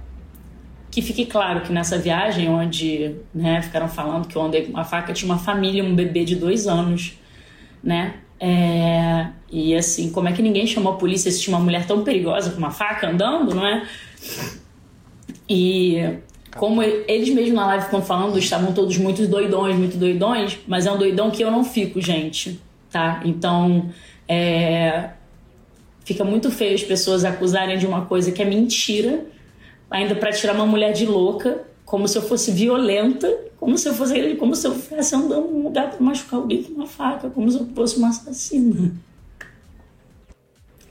Speaker 5: que fique claro que nessa viagem, onde né, ficaram falando que eu andei com uma faca, tinha uma família, um bebê de dois anos, né? É, e assim, como é que ninguém chamou a polícia se tinha uma mulher tão perigosa com uma faca andando, não é? E como e- eles mesmos na live ficam falando, estavam todos muito doidões, muito doidões, mas é um doidão que eu não fico, gente, tá? Então, é, fica muito feio as pessoas acusarem de uma coisa que é mentira, ainda pra tirar uma mulher de louca, como se eu fosse violenta, como se eu fosse, como se eu ficasse andando num lugar pra machucar alguém com uma faca, como se eu fosse uma assassina.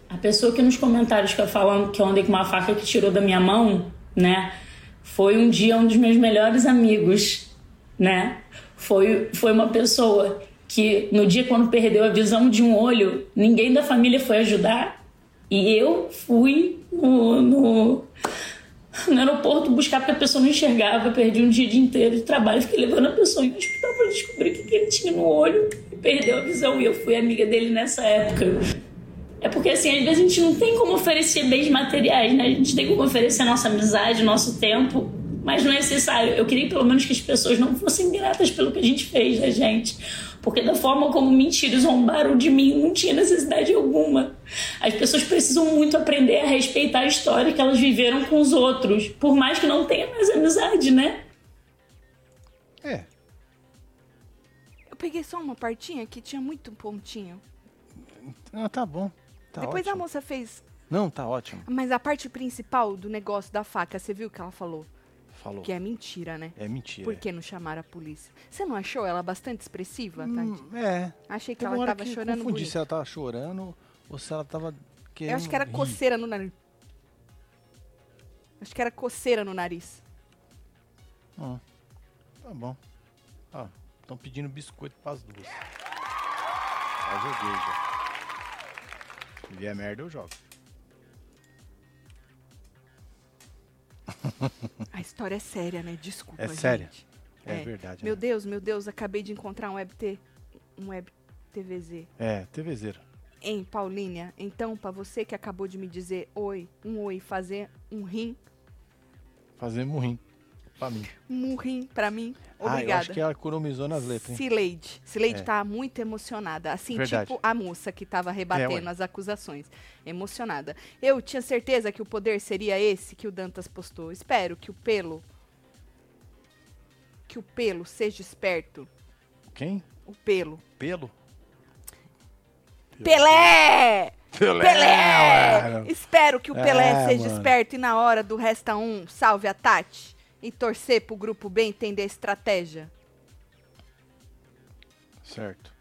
Speaker 5: A pessoa que nos comentários fica falando que eu andei com uma faca que tirou da minha mão, né? Foi um dia um dos meus melhores amigos, né? Foi, foi uma pessoa que no dia quando perdeu a visão de um olho, ninguém da família foi ajudar e eu fui no, no, no aeroporto buscar porque a pessoa não enxergava. Eu perdi um dia inteiro de trabalho, fiquei levando a pessoa em um hospital para descobrir o que, que ele tinha no olho e perdeu a visão. E eu fui amiga dele nessa época. É porque assim, às vezes a gente não tem como oferecer bens materiais, né? A gente tem como oferecer a nossa amizade, o nosso tempo, mas não é necessário. Eu queria pelo menos que as pessoas não fossem gratas pelo que a gente fez, né, gente? Porque da forma como mentiras zombaram de mim, não tinha necessidade alguma. As pessoas precisam muito aprender a respeitar a história que elas viveram com os outros, por mais que não tenha mais amizade, né?
Speaker 2: É.
Speaker 1: Eu peguei só uma partinha que tinha muito pontinho.
Speaker 2: Ah, tá bom. Tá
Speaker 1: Depois a
Speaker 2: ótimo.
Speaker 1: moça fez
Speaker 2: Não, tá ótimo.
Speaker 1: Mas a parte principal do negócio da faca, você viu o que ela falou?
Speaker 2: Falou.
Speaker 1: Que é mentira, né?
Speaker 2: É mentira.
Speaker 1: Por que não chamaram a polícia? Você não achou ela bastante expressiva, Tati?
Speaker 2: Hum, é.
Speaker 1: Achei que
Speaker 2: Teve uma
Speaker 1: tá ela
Speaker 2: hora
Speaker 1: tava
Speaker 2: que
Speaker 1: chorando
Speaker 2: confundi
Speaker 1: bonito.
Speaker 2: se ela tava chorando ou se ela tava querendo
Speaker 1: Eu acho que era
Speaker 2: rir.
Speaker 1: coceira no nariz. Acho que era coceira no nariz.
Speaker 2: Tá bom. Ah, estão pedindo biscoito pras duas. Já joguei já. Se vier merda, eu jogo.
Speaker 1: A história é séria, né? Desculpa,
Speaker 2: É séria?
Speaker 1: gente.
Speaker 2: É,
Speaker 1: É.
Speaker 2: verdade.
Speaker 1: Meu
Speaker 2: né?
Speaker 1: Deus, meu Deus, acabei de encontrar um web, T- um web TVZ.
Speaker 2: É, TVzeira.
Speaker 1: Em Paulinha, então, pra você que acabou de me dizer oi, um oi, fazer um rim,
Speaker 2: Fazer murrim. Pra mim.
Speaker 1: um rim pra mim,
Speaker 2: Ah, eu acho
Speaker 1: obrigada.
Speaker 2: que ela economizou nas letras, hein?
Speaker 1: Cileide. Cileide
Speaker 2: É.
Speaker 1: tá muito emocionada. Assim,
Speaker 2: Verdade.
Speaker 1: tipo a moça que tava
Speaker 2: É,
Speaker 1: rebatendo
Speaker 2: ué.
Speaker 1: as acusações. Emocionada. Eu tinha certeza que o poder seria esse que o Dantas postou. Espero que o pelo. Que o pelo seja esperto.
Speaker 2: Quem?
Speaker 1: O pelo.
Speaker 2: Pelo?
Speaker 1: Pelé!
Speaker 2: Pelé!
Speaker 1: Pelé!
Speaker 2: ué.
Speaker 1: Espero que o Pelé
Speaker 2: É,
Speaker 1: seja
Speaker 2: mano.
Speaker 1: esperto e na hora do resta um, salve a Tati. E torcer pro grupo B entender a estratégia.
Speaker 2: Certo.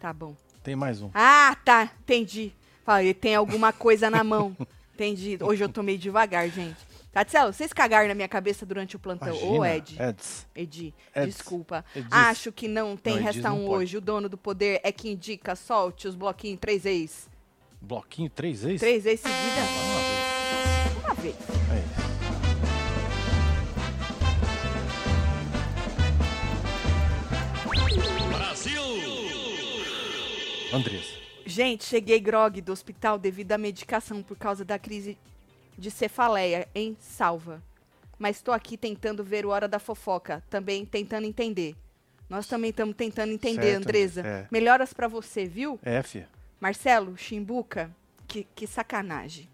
Speaker 1: Tá bom.
Speaker 2: Tem mais um.
Speaker 1: Ah, tá, entendi. Fala, ele tem alguma coisa na mão. Entendi. Hoje eu tomei devagar, gente. Tatielo, vocês cagaram na minha cabeça durante o plantão. Então, Ô,
Speaker 2: Imagina,
Speaker 1: Ed.
Speaker 2: É- Eds.
Speaker 1: Edi,
Speaker 2: Eds.
Speaker 1: desculpa.
Speaker 2: Edis.
Speaker 1: Acho que não tem
Speaker 2: é Não, Edis
Speaker 1: resta
Speaker 2: não
Speaker 1: um
Speaker 2: pode.
Speaker 1: hoje. O dono do poder é que indica, solte os bloquinhos três vezes.
Speaker 2: Bloquinho três vezes? É,
Speaker 1: Três vezes seguida?
Speaker 2: Vamos lá.
Speaker 1: Uma vez.
Speaker 2: Aí. É Andressa.
Speaker 1: Gente, cheguei grog do hospital devido à medicação por causa da crise de cefaleia em Salva. Mas tô aqui tentando ver o Hora da Fofoca, também tentando entender. Nós também estamos tentando entender,
Speaker 2: Certo,
Speaker 1: Andresa.
Speaker 2: Andresa, é.
Speaker 1: Melhoras pra você, viu?
Speaker 2: É, fia.
Speaker 1: Marcelo, Chimbuca, que, que sacanagem.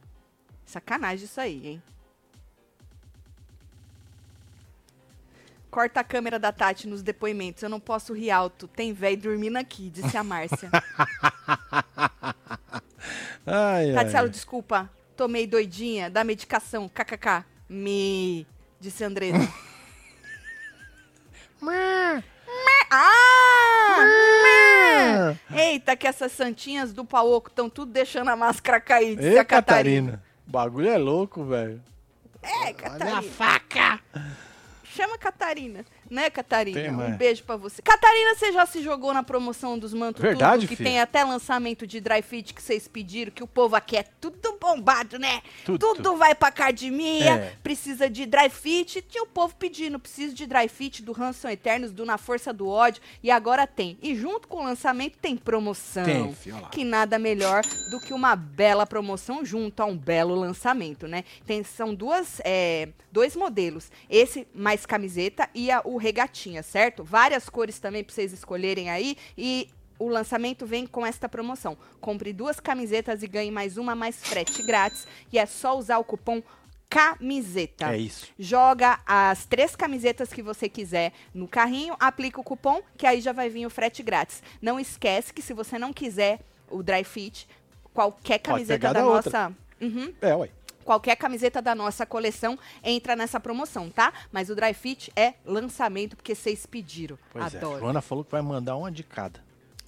Speaker 1: Sacanagem isso aí, hein? Corta a câmera da Tati nos depoimentos. Eu não posso rir alto. Tem véi dormindo aqui, disse a Márcia.
Speaker 2: Ai, ai. É.
Speaker 1: Tatielo, desculpa. Tomei doidinha da medicação, kkk. Me, disse Andresa. Mã. Ah! Mã. Eita, que essas santinhas do Paoco estão tudo deixando a máscara cair, disse
Speaker 2: Ei,
Speaker 1: a Catarina.
Speaker 2: Catarina. O bagulho é louco, velho.
Speaker 1: É,
Speaker 2: Olha a
Speaker 1: Catarina.
Speaker 2: faca!
Speaker 1: Chama a Catarina, né, Catarina?
Speaker 2: Tem,
Speaker 1: um
Speaker 2: mãe.
Speaker 1: beijo pra você. Catarina, você já se jogou na promoção dos mantos
Speaker 2: Verdade,
Speaker 1: tudo, que
Speaker 2: filha.
Speaker 1: tem até lançamento de dry fit que vocês pediram, que o povo aqui é tudo bombado, né?
Speaker 2: Tudo.
Speaker 1: vai pra academia,
Speaker 2: É.
Speaker 1: precisa de dry fit. Tinha o povo pedindo, preciso de dry fit do Ransom Eternos, do Na Força do Ódio, e agora tem. E junto com o lançamento tem promoção.
Speaker 2: Tem, filho, olha lá.
Speaker 1: Que nada melhor do que uma bela promoção junto a um belo lançamento, né? Tem, são duas, é, dois modelos. Esse mais camiseta e a- o regatinha, certo? Várias cores também pra vocês escolherem aí. E o lançamento vem com esta promoção. Compre duas camisetas e ganhe mais uma, mais frete grátis. E é só usar o cupom CAMISETA
Speaker 2: É isso.
Speaker 1: joga as três camisetas que você quiser no carrinho, aplica o cupom, que aí já vai vir o frete grátis. Não esquece que se você não quiser o dry fit, qualquer camiseta
Speaker 2: pegar
Speaker 1: da
Speaker 2: da outra.
Speaker 1: nossa. Uhum.
Speaker 2: É, ué.
Speaker 1: Qualquer camiseta da nossa coleção entra nessa promoção, tá? Mas o dry fit é lançamento, porque vocês pediram.
Speaker 2: Pois é.
Speaker 1: Adoro.
Speaker 2: Joana falou que vai mandar uma de cada.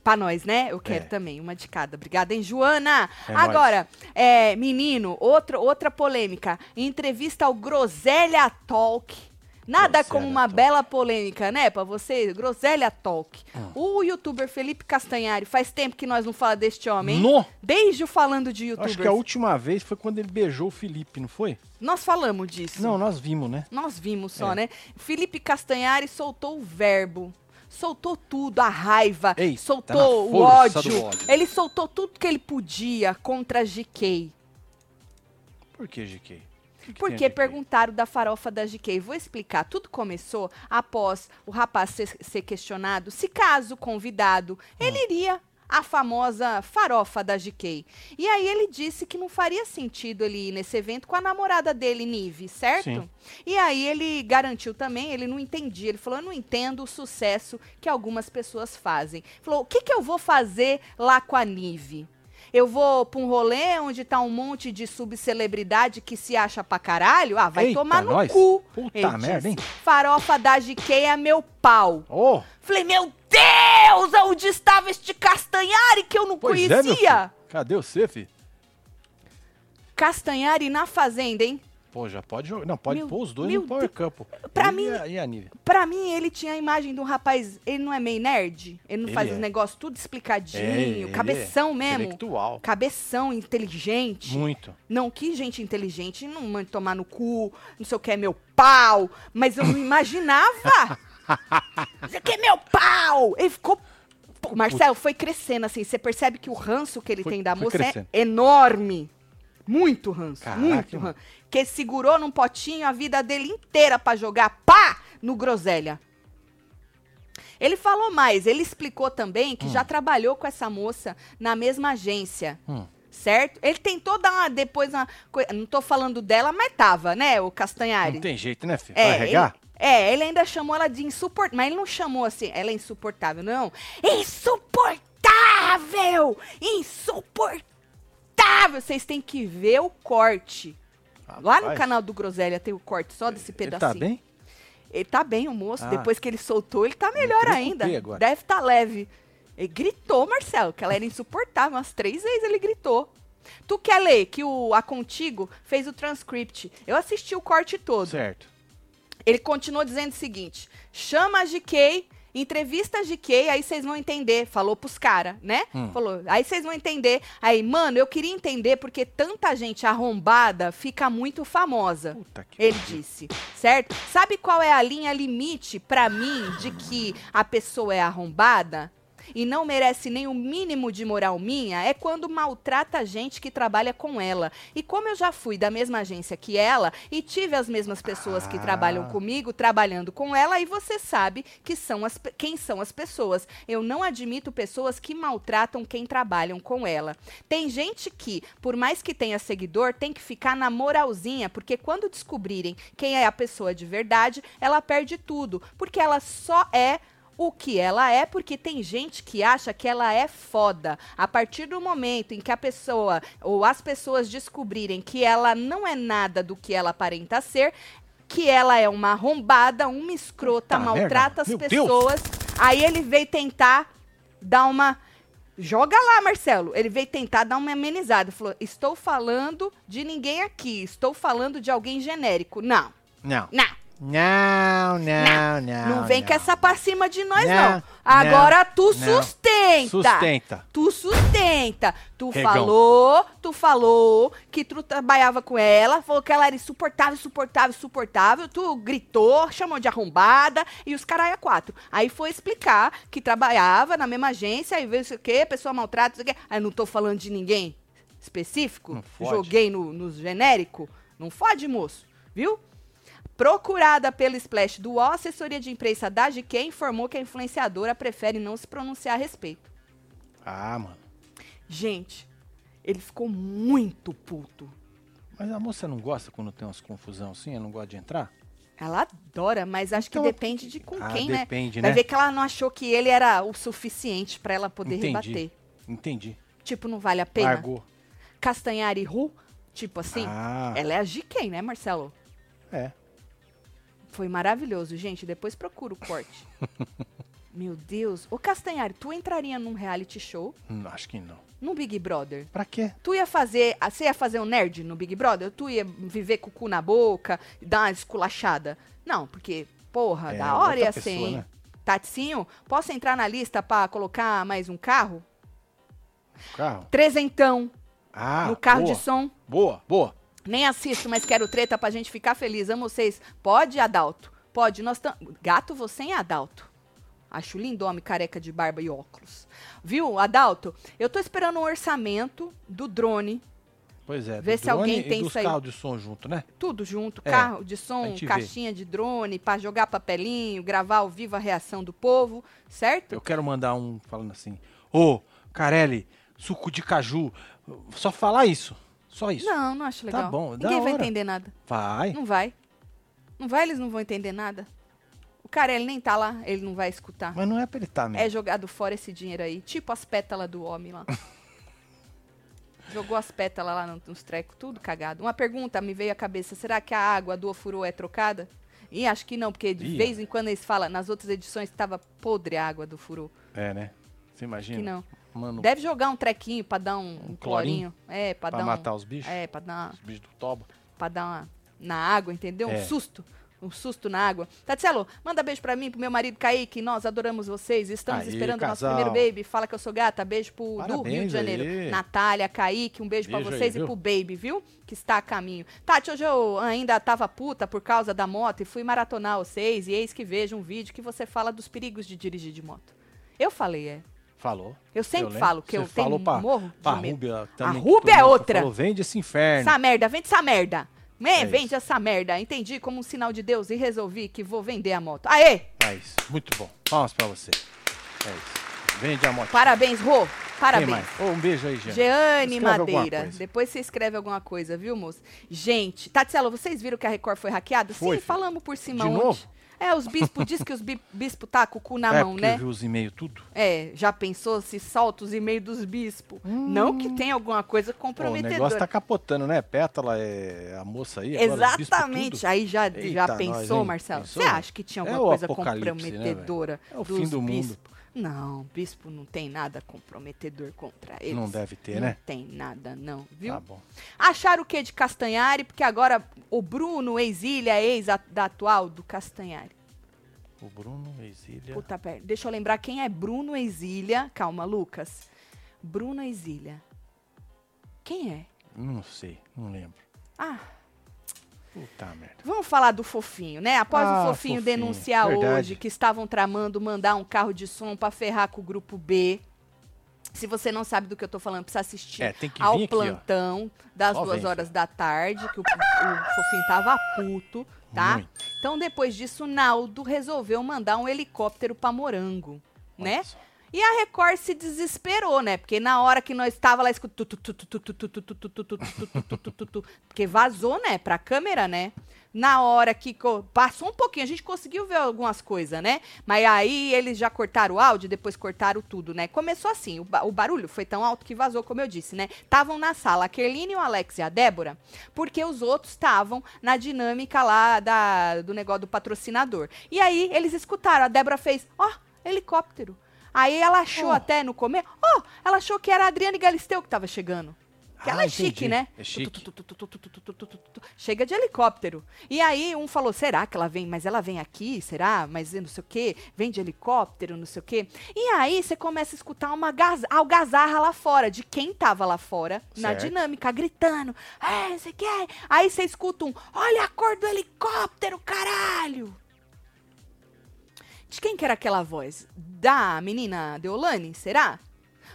Speaker 1: Pra nós, né? Eu quero
Speaker 2: É.
Speaker 1: também, uma de cada. Obrigada, hein, Joana?
Speaker 2: É
Speaker 1: Agora, é, menino, outro, outra polêmica. Em entrevista ao Groselha Talk. Nada
Speaker 2: Groselha
Speaker 1: como uma
Speaker 2: Talk.
Speaker 1: bela polêmica, né, pra você? Groselha Talk.
Speaker 2: Ah.
Speaker 1: O youtuber Felipe Castanhari, faz tempo que nós não falamos deste homem, hein?
Speaker 2: No!
Speaker 1: Desde o falando de
Speaker 2: Acho que é a
Speaker 1: youtubers.
Speaker 2: última vez foi quando ele beijou o Felipe, não foi?
Speaker 1: Nós falamos disso.
Speaker 2: Não, nós vimos, né?
Speaker 1: Nós vimos só,
Speaker 2: É.
Speaker 1: né? Felipe Castanhari soltou o verbo. Soltou tudo, a raiva,
Speaker 2: Ei, tá na
Speaker 1: soltou o
Speaker 2: força
Speaker 1: ódio.
Speaker 2: do ódio.
Speaker 1: Ele soltou tudo que ele podia contra a GK.
Speaker 2: Por que, GK? O que que tem a
Speaker 1: Porque
Speaker 2: GK?
Speaker 1: perguntaram da farofa da GK. Vou explicar. Tudo começou após o rapaz ser, ser questionado se caso convidado,
Speaker 2: Hum.
Speaker 1: ele iria à famosa farofa da GK. E aí ele disse que não faria sentido ele ir nesse evento com a namorada dele, Nive, certo?
Speaker 2: Sim.
Speaker 1: E aí ele garantiu também, ele não entendia. Ele falou: eu não entendo o sucesso que algumas pessoas fazem. Falou: o que, que eu vou fazer lá com a Nive? Eu vou pra um rolê onde tá um monte de subcelebridade que se acha pra caralho? Ah, vai
Speaker 2: Eita,
Speaker 1: tomar no
Speaker 2: nós.
Speaker 1: cu.
Speaker 2: Puta
Speaker 1: ele
Speaker 2: merda, hein?
Speaker 1: Farofa da GK é meu pau.
Speaker 2: Ô,
Speaker 1: Falei, meu Deus, onde estava este Castanhari que eu não
Speaker 2: pois é, meu
Speaker 1: conhecia?
Speaker 2: filho. Cadê você, filho?
Speaker 1: Castanhari na fazenda, hein?
Speaker 2: Pô, já pode jogar. Não, pode
Speaker 1: Meu-
Speaker 2: pôr os dois
Speaker 1: meu
Speaker 2: no Power Campo.
Speaker 1: Pra
Speaker 2: e
Speaker 1: mim-
Speaker 2: A, e a Nívia?
Speaker 1: Pra mim, ele tinha a imagem de um rapaz. Ele não é meio nerd? Ele não
Speaker 2: Ele
Speaker 1: faz
Speaker 2: é.
Speaker 1: os negócios tudo explicadinho,
Speaker 2: ele é.
Speaker 1: cabeção mesmo.
Speaker 2: Intelectual.
Speaker 1: Cabeção, inteligente.
Speaker 2: Muito.
Speaker 1: Não, que gente inteligente, não manda tomar no cu, não sei o que é meu pau. Mas eu não imaginava. Isso aqui é meu pau! Ele ficou. Pô, Marcelo, foi crescendo assim. Você percebe que o ranço que ele
Speaker 2: Foi-
Speaker 1: tem da
Speaker 2: foi
Speaker 1: moça
Speaker 2: crescendo.
Speaker 1: é enorme. Muito ranço,
Speaker 2: Caraca,
Speaker 1: muito
Speaker 2: mano.
Speaker 1: ranço. Que ele segurou num potinho a vida dele inteira pra jogar pá no groselha. Ele falou mais, ele explicou também que já trabalhou com essa moça na mesma agência.
Speaker 2: Hum.
Speaker 1: Certo? Ele tentou dar uma, depois uma coisa. Não tô falando dela, mas tava, né, o Castanhari?
Speaker 2: Não tem jeito, né, filho? Vai
Speaker 1: É, ele,
Speaker 2: regar?
Speaker 1: é, ele ainda chamou ela de insuportável. Mas ele não chamou assim, ela é insuportável, não. Insuportável! Insuportável! Vocês têm que ver o corte. Lá no
Speaker 2: Rapaz,
Speaker 1: canal assim, do Groselha tem o corte só desse
Speaker 2: Ele
Speaker 1: pedacinho.
Speaker 2: tá bem?
Speaker 1: Ele tá bem, o moço.
Speaker 2: Ah.
Speaker 1: Depois que ele soltou, ele tá melhor
Speaker 2: preocupei
Speaker 1: ainda.
Speaker 2: agora.
Speaker 1: Deve tá leve. Ele gritou, Marcelo, que ela era insuportável. Umas três vezes ele gritou. Tu quer ler que o A Contigo fez o transcript. Eu assisti o corte todo.
Speaker 2: Certo.
Speaker 1: Ele continuou dizendo o seguinte: chama a GK, entrevista a GK, aí vocês vão entender. Falou pros caras, né?
Speaker 2: Hum.
Speaker 1: Falou, aí vocês vão entender. Aí, mano, eu queria entender porque tanta gente arrombada fica muito famosa.
Speaker 2: Puta que
Speaker 1: Ele
Speaker 2: pariu.
Speaker 1: disse, certo? Sabe qual é a linha limite pra mim de que a pessoa é arrombada e não merece nem o mínimo de moral minha? É quando maltrata a gente que trabalha com ela. E como eu já fui da mesma agência que ela e tive as mesmas pessoas que
Speaker 2: Ah.
Speaker 1: trabalham comigo trabalhando com ela, e você sabe que são as, pe- quem são as pessoas. Eu não admito pessoas que maltratam quem trabalham com ela. Tem gente que, por mais que tenha seguidor, tem que ficar na moralzinha, porque quando descobrirem quem é a pessoa de verdade, ela perde tudo, porque ela só é o que ela é, porque tem gente que acha que ela é foda. A partir do momento em que a pessoa ou as pessoas descobrirem que ela não é nada do que ela aparenta ser, que ela é uma arrombada, uma escrota,
Speaker 2: Puta merda.
Speaker 1: maltrata
Speaker 2: Meu
Speaker 1: as
Speaker 2: Deus.
Speaker 1: pessoas. Aí ele veio tentar dar uma. Joga lá, Marcelo. Ele veio tentar dar uma amenizada. Falou: Estou falando de ninguém aqui. Estou falando de alguém genérico. Não,
Speaker 2: Não.
Speaker 1: não.
Speaker 2: Não, não, não.
Speaker 1: Não vem com essa pra cima de nós,
Speaker 2: Não,
Speaker 1: não.
Speaker 2: não,
Speaker 1: Agora tu
Speaker 2: não.
Speaker 1: sustenta.
Speaker 2: Sustenta.
Speaker 1: Tu sustenta. Tu
Speaker 2: Regão.
Speaker 1: falou, tu falou que tu trabalhava com ela, falou que ela era insuportável, insuportável, insuportável. Tu gritou, chamou de arrombada e os caralho a quatro. Aí foi explicar que trabalhava na mesma agência, aí veio isso aqui, a pessoa maltrata, isso aqui. Aí não tô falando de ninguém específico.
Speaker 2: Não fode.
Speaker 1: Joguei no, no genérico. Não fode, moço. Viu? Procurada pelo Splash do UOL, a assessoria de imprensa da GQ informou que a influenciadora prefere não se pronunciar a respeito.
Speaker 2: Ah, mano.
Speaker 1: Gente, ele ficou muito puto.
Speaker 2: Mas a moça não gosta quando tem umas confusão assim? Ela não gosta de entrar?
Speaker 1: Ela adora, mas acho
Speaker 2: Então,
Speaker 1: que depende de com
Speaker 2: ah,
Speaker 1: quem, né?
Speaker 2: depende,
Speaker 1: Vai
Speaker 2: né?
Speaker 1: ver que ela não achou que ele era o suficiente pra ela poder
Speaker 2: Entendi.
Speaker 1: rebater.
Speaker 2: Entendi.
Speaker 1: Tipo, não vale a pena.
Speaker 2: Largou.
Speaker 1: Castanhari e Ru, tipo assim.
Speaker 2: Ah,
Speaker 1: Ela é a GQ, né, Marcelo?
Speaker 2: é.
Speaker 1: Foi maravilhoso, gente. Depois procura o corte. Meu Deus. Ô, Castanhari, tu entraria num reality show,
Speaker 2: Hum, Acho que não.
Speaker 1: num Big Brother?
Speaker 2: Pra quê?
Speaker 1: Tu ia fazer. ah, Você ia fazer um nerd no Big Brother? Tu ia viver com o cu na boca, dar uma esculachada? Não, porque, porra,
Speaker 2: É,
Speaker 1: da hora
Speaker 2: outra
Speaker 1: ia ser,
Speaker 2: pessoa,
Speaker 1: hein?
Speaker 2: né?
Speaker 1: Taticinho, posso entrar na lista pra colocar mais um carro?
Speaker 2: O carro?
Speaker 1: Trezentão,
Speaker 2: Ah,
Speaker 1: no carro
Speaker 2: boa.
Speaker 1: de som.
Speaker 2: Boa, boa.
Speaker 1: Nem assisto, mas quero treta pra gente ficar feliz. Amo vocês. Pode, Adalto? Pode. Nós tam... Gato, você é Adalto. Acho lindo homem careca de barba e óculos. Viu, Adalto? Eu tô esperando um orçamento do drone,
Speaker 2: Pois é.
Speaker 1: Vê
Speaker 2: do
Speaker 1: se alguém
Speaker 2: drone e
Speaker 1: tem
Speaker 2: dos
Speaker 1: isso aí.
Speaker 2: carros de som junto, né?
Speaker 1: tudo junto,
Speaker 2: É,
Speaker 1: carro de
Speaker 2: a
Speaker 1: som,
Speaker 2: gente vê.
Speaker 1: caixinha de drone, pra jogar papelinho, gravar ao vivo a reação do povo, certo?
Speaker 2: Eu quero mandar um falando assim. Ô, Carelli, suco de caju. Só falar isso. Só isso.
Speaker 1: Não, não acho legal.
Speaker 2: Tá bom, da
Speaker 1: Ninguém vai
Speaker 2: hora.
Speaker 1: entender nada.
Speaker 2: Vai.
Speaker 1: Não vai. Não vai, eles não vão entender nada. O cara, ele nem tá lá, ele não vai escutar.
Speaker 2: Mas não é pra ele tá
Speaker 1: É
Speaker 2: mesmo.
Speaker 1: jogado fora esse dinheiro aí. Tipo as pétalas do homem lá. Jogou as pétalas lá no- nos trecos, tudo cagado. Uma pergunta me veio à cabeça: será que a água do ofurô é trocada? E acho que não, porque de
Speaker 2: Ih.
Speaker 1: vez em quando eles falam, nas outras edições estava podre a água do furô.
Speaker 2: É, né? Você imagina?
Speaker 1: Que não.
Speaker 2: Mano,
Speaker 1: Deve jogar um trequinho pra dar um,
Speaker 2: tipo, Um
Speaker 1: um clorinho. É, pra,
Speaker 2: pra
Speaker 1: dar
Speaker 2: matar
Speaker 1: um.
Speaker 2: os bichos?
Speaker 1: É, pra dar uma
Speaker 2: Os bichos do toba.
Speaker 1: pra dar uma, na água, entendeu?
Speaker 2: É.
Speaker 1: Um susto. Um susto na água. Tatielo, manda beijo pra mim, pro meu marido Kaique. Nós adoramos vocês. Estamos
Speaker 2: Aí,
Speaker 1: esperando o nosso
Speaker 2: casal.
Speaker 1: primeiro baby. Fala que eu sou gata. Beijo pro do
Speaker 2: Parabéns
Speaker 1: Rio de Janeiro.
Speaker 2: aí.
Speaker 1: Natália, Kaique, um beijo,
Speaker 2: Beijo
Speaker 1: pra
Speaker 2: aí,
Speaker 1: vocês e
Speaker 2: viu?
Speaker 1: pro baby, viu? Que está a caminho. Tati, hoje eu ainda tava puta por causa da moto e fui maratonar vocês. E eis que vejo um vídeo que você fala dos perigos de dirigir de moto. Eu falei, é.
Speaker 2: Falou.
Speaker 1: Eu sempre
Speaker 2: lembro.
Speaker 1: falo que eu
Speaker 2: Você falou
Speaker 1: tenho
Speaker 2: pra,
Speaker 1: morro de
Speaker 2: pra
Speaker 1: medo.
Speaker 2: Rúbia também.
Speaker 1: A
Speaker 2: que todo
Speaker 1: Rúbia é
Speaker 2: mundo
Speaker 1: outra.
Speaker 2: Falou, vende esse inferno.
Speaker 1: Essa merda, vende essa merda. Me,
Speaker 2: É
Speaker 1: vende
Speaker 2: isso.
Speaker 1: essa merda. Entendi como um sinal de Deus e resolvi que vou vender a moto. Aê!
Speaker 2: É isso. Muito bom. Palmas pra você. É isso. Vende a moto.
Speaker 1: Parabéns, Rô.
Speaker 2: Quem
Speaker 1: Parabéns.
Speaker 2: mais? Ô, um beijo aí, gente.
Speaker 1: Jeane
Speaker 2: Escreve alguma
Speaker 1: Madeira.
Speaker 2: coisa.
Speaker 1: Depois você escreve alguma coisa, viu, moço? Gente, Tatielo, vocês viram que a Record foi hackeada?
Speaker 2: Foi,
Speaker 1: Sim,
Speaker 2: filho.
Speaker 1: falamos por cima
Speaker 2: De
Speaker 1: ontem.
Speaker 2: novo?
Speaker 1: É, os bispos diz que os bi- bispo tá com o cu na
Speaker 2: é,
Speaker 1: mão,
Speaker 2: porque
Speaker 1: né?
Speaker 2: Eu vi os e-mails tudo.
Speaker 1: É, já pensou se solta os e-mails dos bispos? Não que tenha alguma coisa
Speaker 2: Pô, Hum. o
Speaker 1: comprometedora.
Speaker 2: negócio tá capotando, né? Pétala é a moça aí. agora os bispos
Speaker 1: Exatamente.
Speaker 2: tudo.
Speaker 1: Aí já,
Speaker 2: Eita,
Speaker 1: já pensou,
Speaker 2: nós, hein?
Speaker 1: Marcelo?
Speaker 2: Pensou?
Speaker 1: Você acha que tinha
Speaker 2: É
Speaker 1: alguma
Speaker 2: o
Speaker 1: coisa
Speaker 2: apocalipse, né,
Speaker 1: comprometedora
Speaker 2: velho? É o
Speaker 1: dos
Speaker 2: fim do mundo.
Speaker 1: bispos? Não, bispo não tem nada comprometedor contra eles.
Speaker 2: Não deve ter,
Speaker 1: Não
Speaker 2: né?
Speaker 1: tem nada, não, viu?
Speaker 2: Tá bom.
Speaker 1: Acharam o que de Castanhari? Porque agora o Bruno, ex-ilha, ex a- da atual do Castanhari.
Speaker 2: O Bruno, Exília.
Speaker 1: Puta perna. Deixa eu lembrar quem é Bruno Exília. Calma, Lucas. Bruno Exília. Quem é?
Speaker 2: Não sei, não lembro.
Speaker 1: Ah,
Speaker 2: Puta merda.
Speaker 1: Vamos falar do fofinho, né? Após
Speaker 2: Ah,
Speaker 1: o fofinho,
Speaker 2: fofinho,
Speaker 1: denunciar
Speaker 2: verdade.
Speaker 1: hoje que estavam tramando mandar um carro de som pra ferrar com o grupo B. Se você não sabe do que eu tô falando, precisa assistir
Speaker 2: É, tem que
Speaker 1: ao
Speaker 2: vir aqui, ó.
Speaker 1: plantão das
Speaker 2: Só
Speaker 1: duas
Speaker 2: vem,
Speaker 1: horas da tarde, que o, o fofinho tava puto, tá?
Speaker 2: Muito.
Speaker 1: Então, depois disso, o Naldo resolveu mandar um helicóptero pra Morango,
Speaker 2: Olha
Speaker 1: né?
Speaker 2: só.
Speaker 1: E a Record se desesperou, né? Porque na hora que nós estava lá escutando. Porque vazou, né? Pra câmera, né? Na hora que co- passou um pouquinho, a gente conseguiu ver algumas coisas, né? Mas aí eles já cortaram o áudio, depois cortaram tudo, né? Começou assim, o, ba- o barulho foi tão alto que vazou, como eu disse, né? Estavam na sala, a Kerline, o Alex e a Débora, porque os outros estavam na dinâmica lá da, do negócio do patrocinador. E aí eles escutaram, a Débora fez, ó, helicóptero. Aí ela achou
Speaker 2: Oh.
Speaker 1: até no começo, ó, ela achou que era a Adriane Galisteu que tava chegando. Que
Speaker 2: Ah,
Speaker 1: ela é
Speaker 2: entendi.
Speaker 1: chique, né?
Speaker 2: É chique.
Speaker 1: Tu, tu, tu, tu, tu, tu, tu, tu, tu, tu, tu, tu. Chega de helicóptero. E aí um falou, será que ela vem? Mas ela vem aqui? Será? Mas não sei o quê. Vem de helicóptero, não sei o quê. E aí você começa a escutar uma gaz- algazarra lá fora, de quem tava lá fora, na
Speaker 2: Certo.
Speaker 1: dinâmica, gritando. É, não sei o quê. Aí você escuta um, olha a cor do helicóptero, caralho. De quem que era aquela voz? Da menina Deolane, será?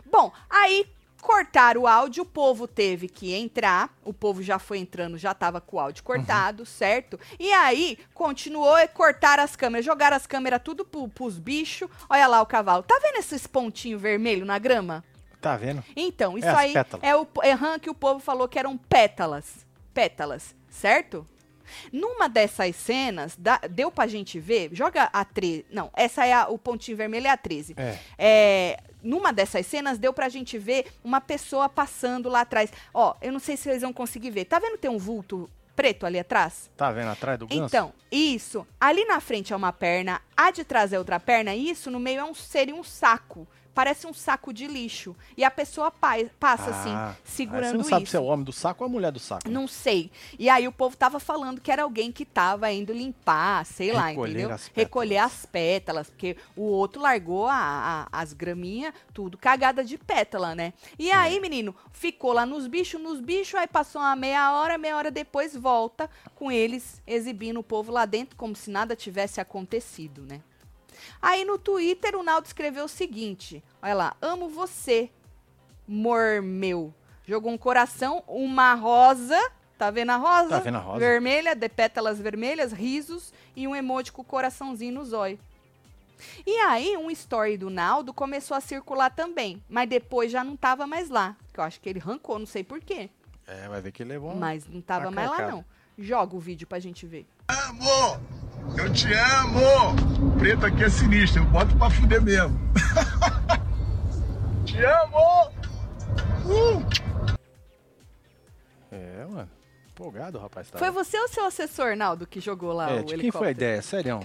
Speaker 1: Bom, aí cortaram o áudio, o povo teve que entrar, o povo já foi entrando, já tava com o áudio cortado, certo? E aí continuou e cortaram as câmeras, jogaram as câmeras tudo pro, pros bichos. Olha lá o cavalo. Tá vendo esses pontinhos vermelhos na grama?
Speaker 2: Tá vendo?
Speaker 1: Então, isso
Speaker 2: as
Speaker 1: aí
Speaker 2: pétalas.
Speaker 1: é o po- é rã que o povo falou que eram pétalas. Pétalas, certo? Numa dessas cenas, dá- deu pra gente ver, joga a 13. Não, essa é a- o pontinho vermelho é a 13.
Speaker 2: É.
Speaker 1: É, numa dessas cenas, deu pra gente ver uma pessoa passando lá atrás. Ó, eu não sei se eles vão conseguir ver. Tá vendo que tem um vulto preto ali atrás?
Speaker 2: Tá vendo atrás do ganso?
Speaker 1: Então, isso. Ali na frente é uma perna, a de trás é outra perna, e isso no meio é um seria um saco. Parece um saco de lixo. E a pessoa pai- passa
Speaker 2: Ah,
Speaker 1: assim,
Speaker 2: aí
Speaker 1: segurando
Speaker 2: Você não sabe
Speaker 1: isso.
Speaker 2: se é o homem do saco ou a mulher do saco.
Speaker 1: Não sei. E aí o povo tava falando que era alguém que tava indo limpar, sei lá,
Speaker 2: Recolher
Speaker 1: entendeu?
Speaker 2: as pétalas.
Speaker 1: Recolher as pétalas, porque o outro largou a- a- as graminhas, tudo cagada de pétala, né?
Speaker 2: É.
Speaker 1: E aí, menino, ficou lá nos bichos, nos bichos, aí passou uma meia hora, meia hora depois volta com eles exibindo o povo lá dentro como se nada tivesse acontecido, né? Aí no Twitter o Naldo escreveu o seguinte: olha lá, amo você, mormeu. Jogou um coração, uma rosa. Tá vendo a rosa?
Speaker 2: Tá vendo a rosa?
Speaker 1: Vermelha, de pétalas vermelhas, risos e um emoji com o coraçãozinho no zóio. E aí, um story do Naldo começou a circular também, mas depois já não tava mais lá. Que eu acho que ele arrancou, não sei porquê.
Speaker 2: É, vai ver que ele levou um-
Speaker 1: Mas não tava
Speaker 2: Uma
Speaker 1: mais lá,
Speaker 2: carcada.
Speaker 1: não. Joga o vídeo pra gente ver.
Speaker 6: amo! Eu te amo! Preto aqui é sinistro, eu boto pra fuder mesmo. te amo! Uh!
Speaker 2: É, mano. Empolgado, rapaz. Tá
Speaker 1: Foi você ou seu assessor, Naldo, que jogou lá
Speaker 2: é,
Speaker 1: o
Speaker 2: de
Speaker 1: helicóptero?
Speaker 2: quem foi a ideia? Sério?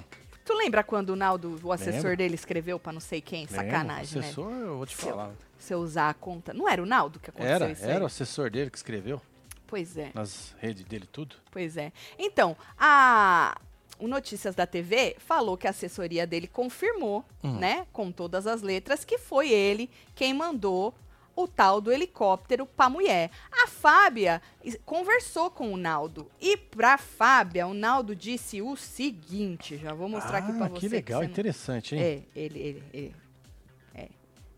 Speaker 1: Tu lembra quando o Naldo, o assessor
Speaker 2: Lembro.
Speaker 1: dele, escreveu pra não sei quem? É Sacanagem, né?
Speaker 2: O assessor, eu vou te
Speaker 1: Seu-
Speaker 2: falar.
Speaker 1: né? Se eu usar a conta. Não era o Naldo que aconteceu
Speaker 2: Era,
Speaker 1: isso? aí?
Speaker 2: era o assessor dele que escreveu
Speaker 1: Pois é,
Speaker 2: nas redes dele tudo.
Speaker 1: pois é. Então, a. O Notícias da TV falou que a assessoria dele confirmou,
Speaker 2: Uhum.
Speaker 1: né, com todas as letras, que foi ele quem mandou o tal do helicóptero pra mulher. A Fábia is- conversou com o Naldo. E pra Fábia, o Naldo disse o seguinte: já vou mostrar aqui pra
Speaker 2: ah,
Speaker 1: você.
Speaker 2: que legal,
Speaker 1: você não-
Speaker 2: interessante, hein?
Speaker 1: É, ele, ele, ele. É.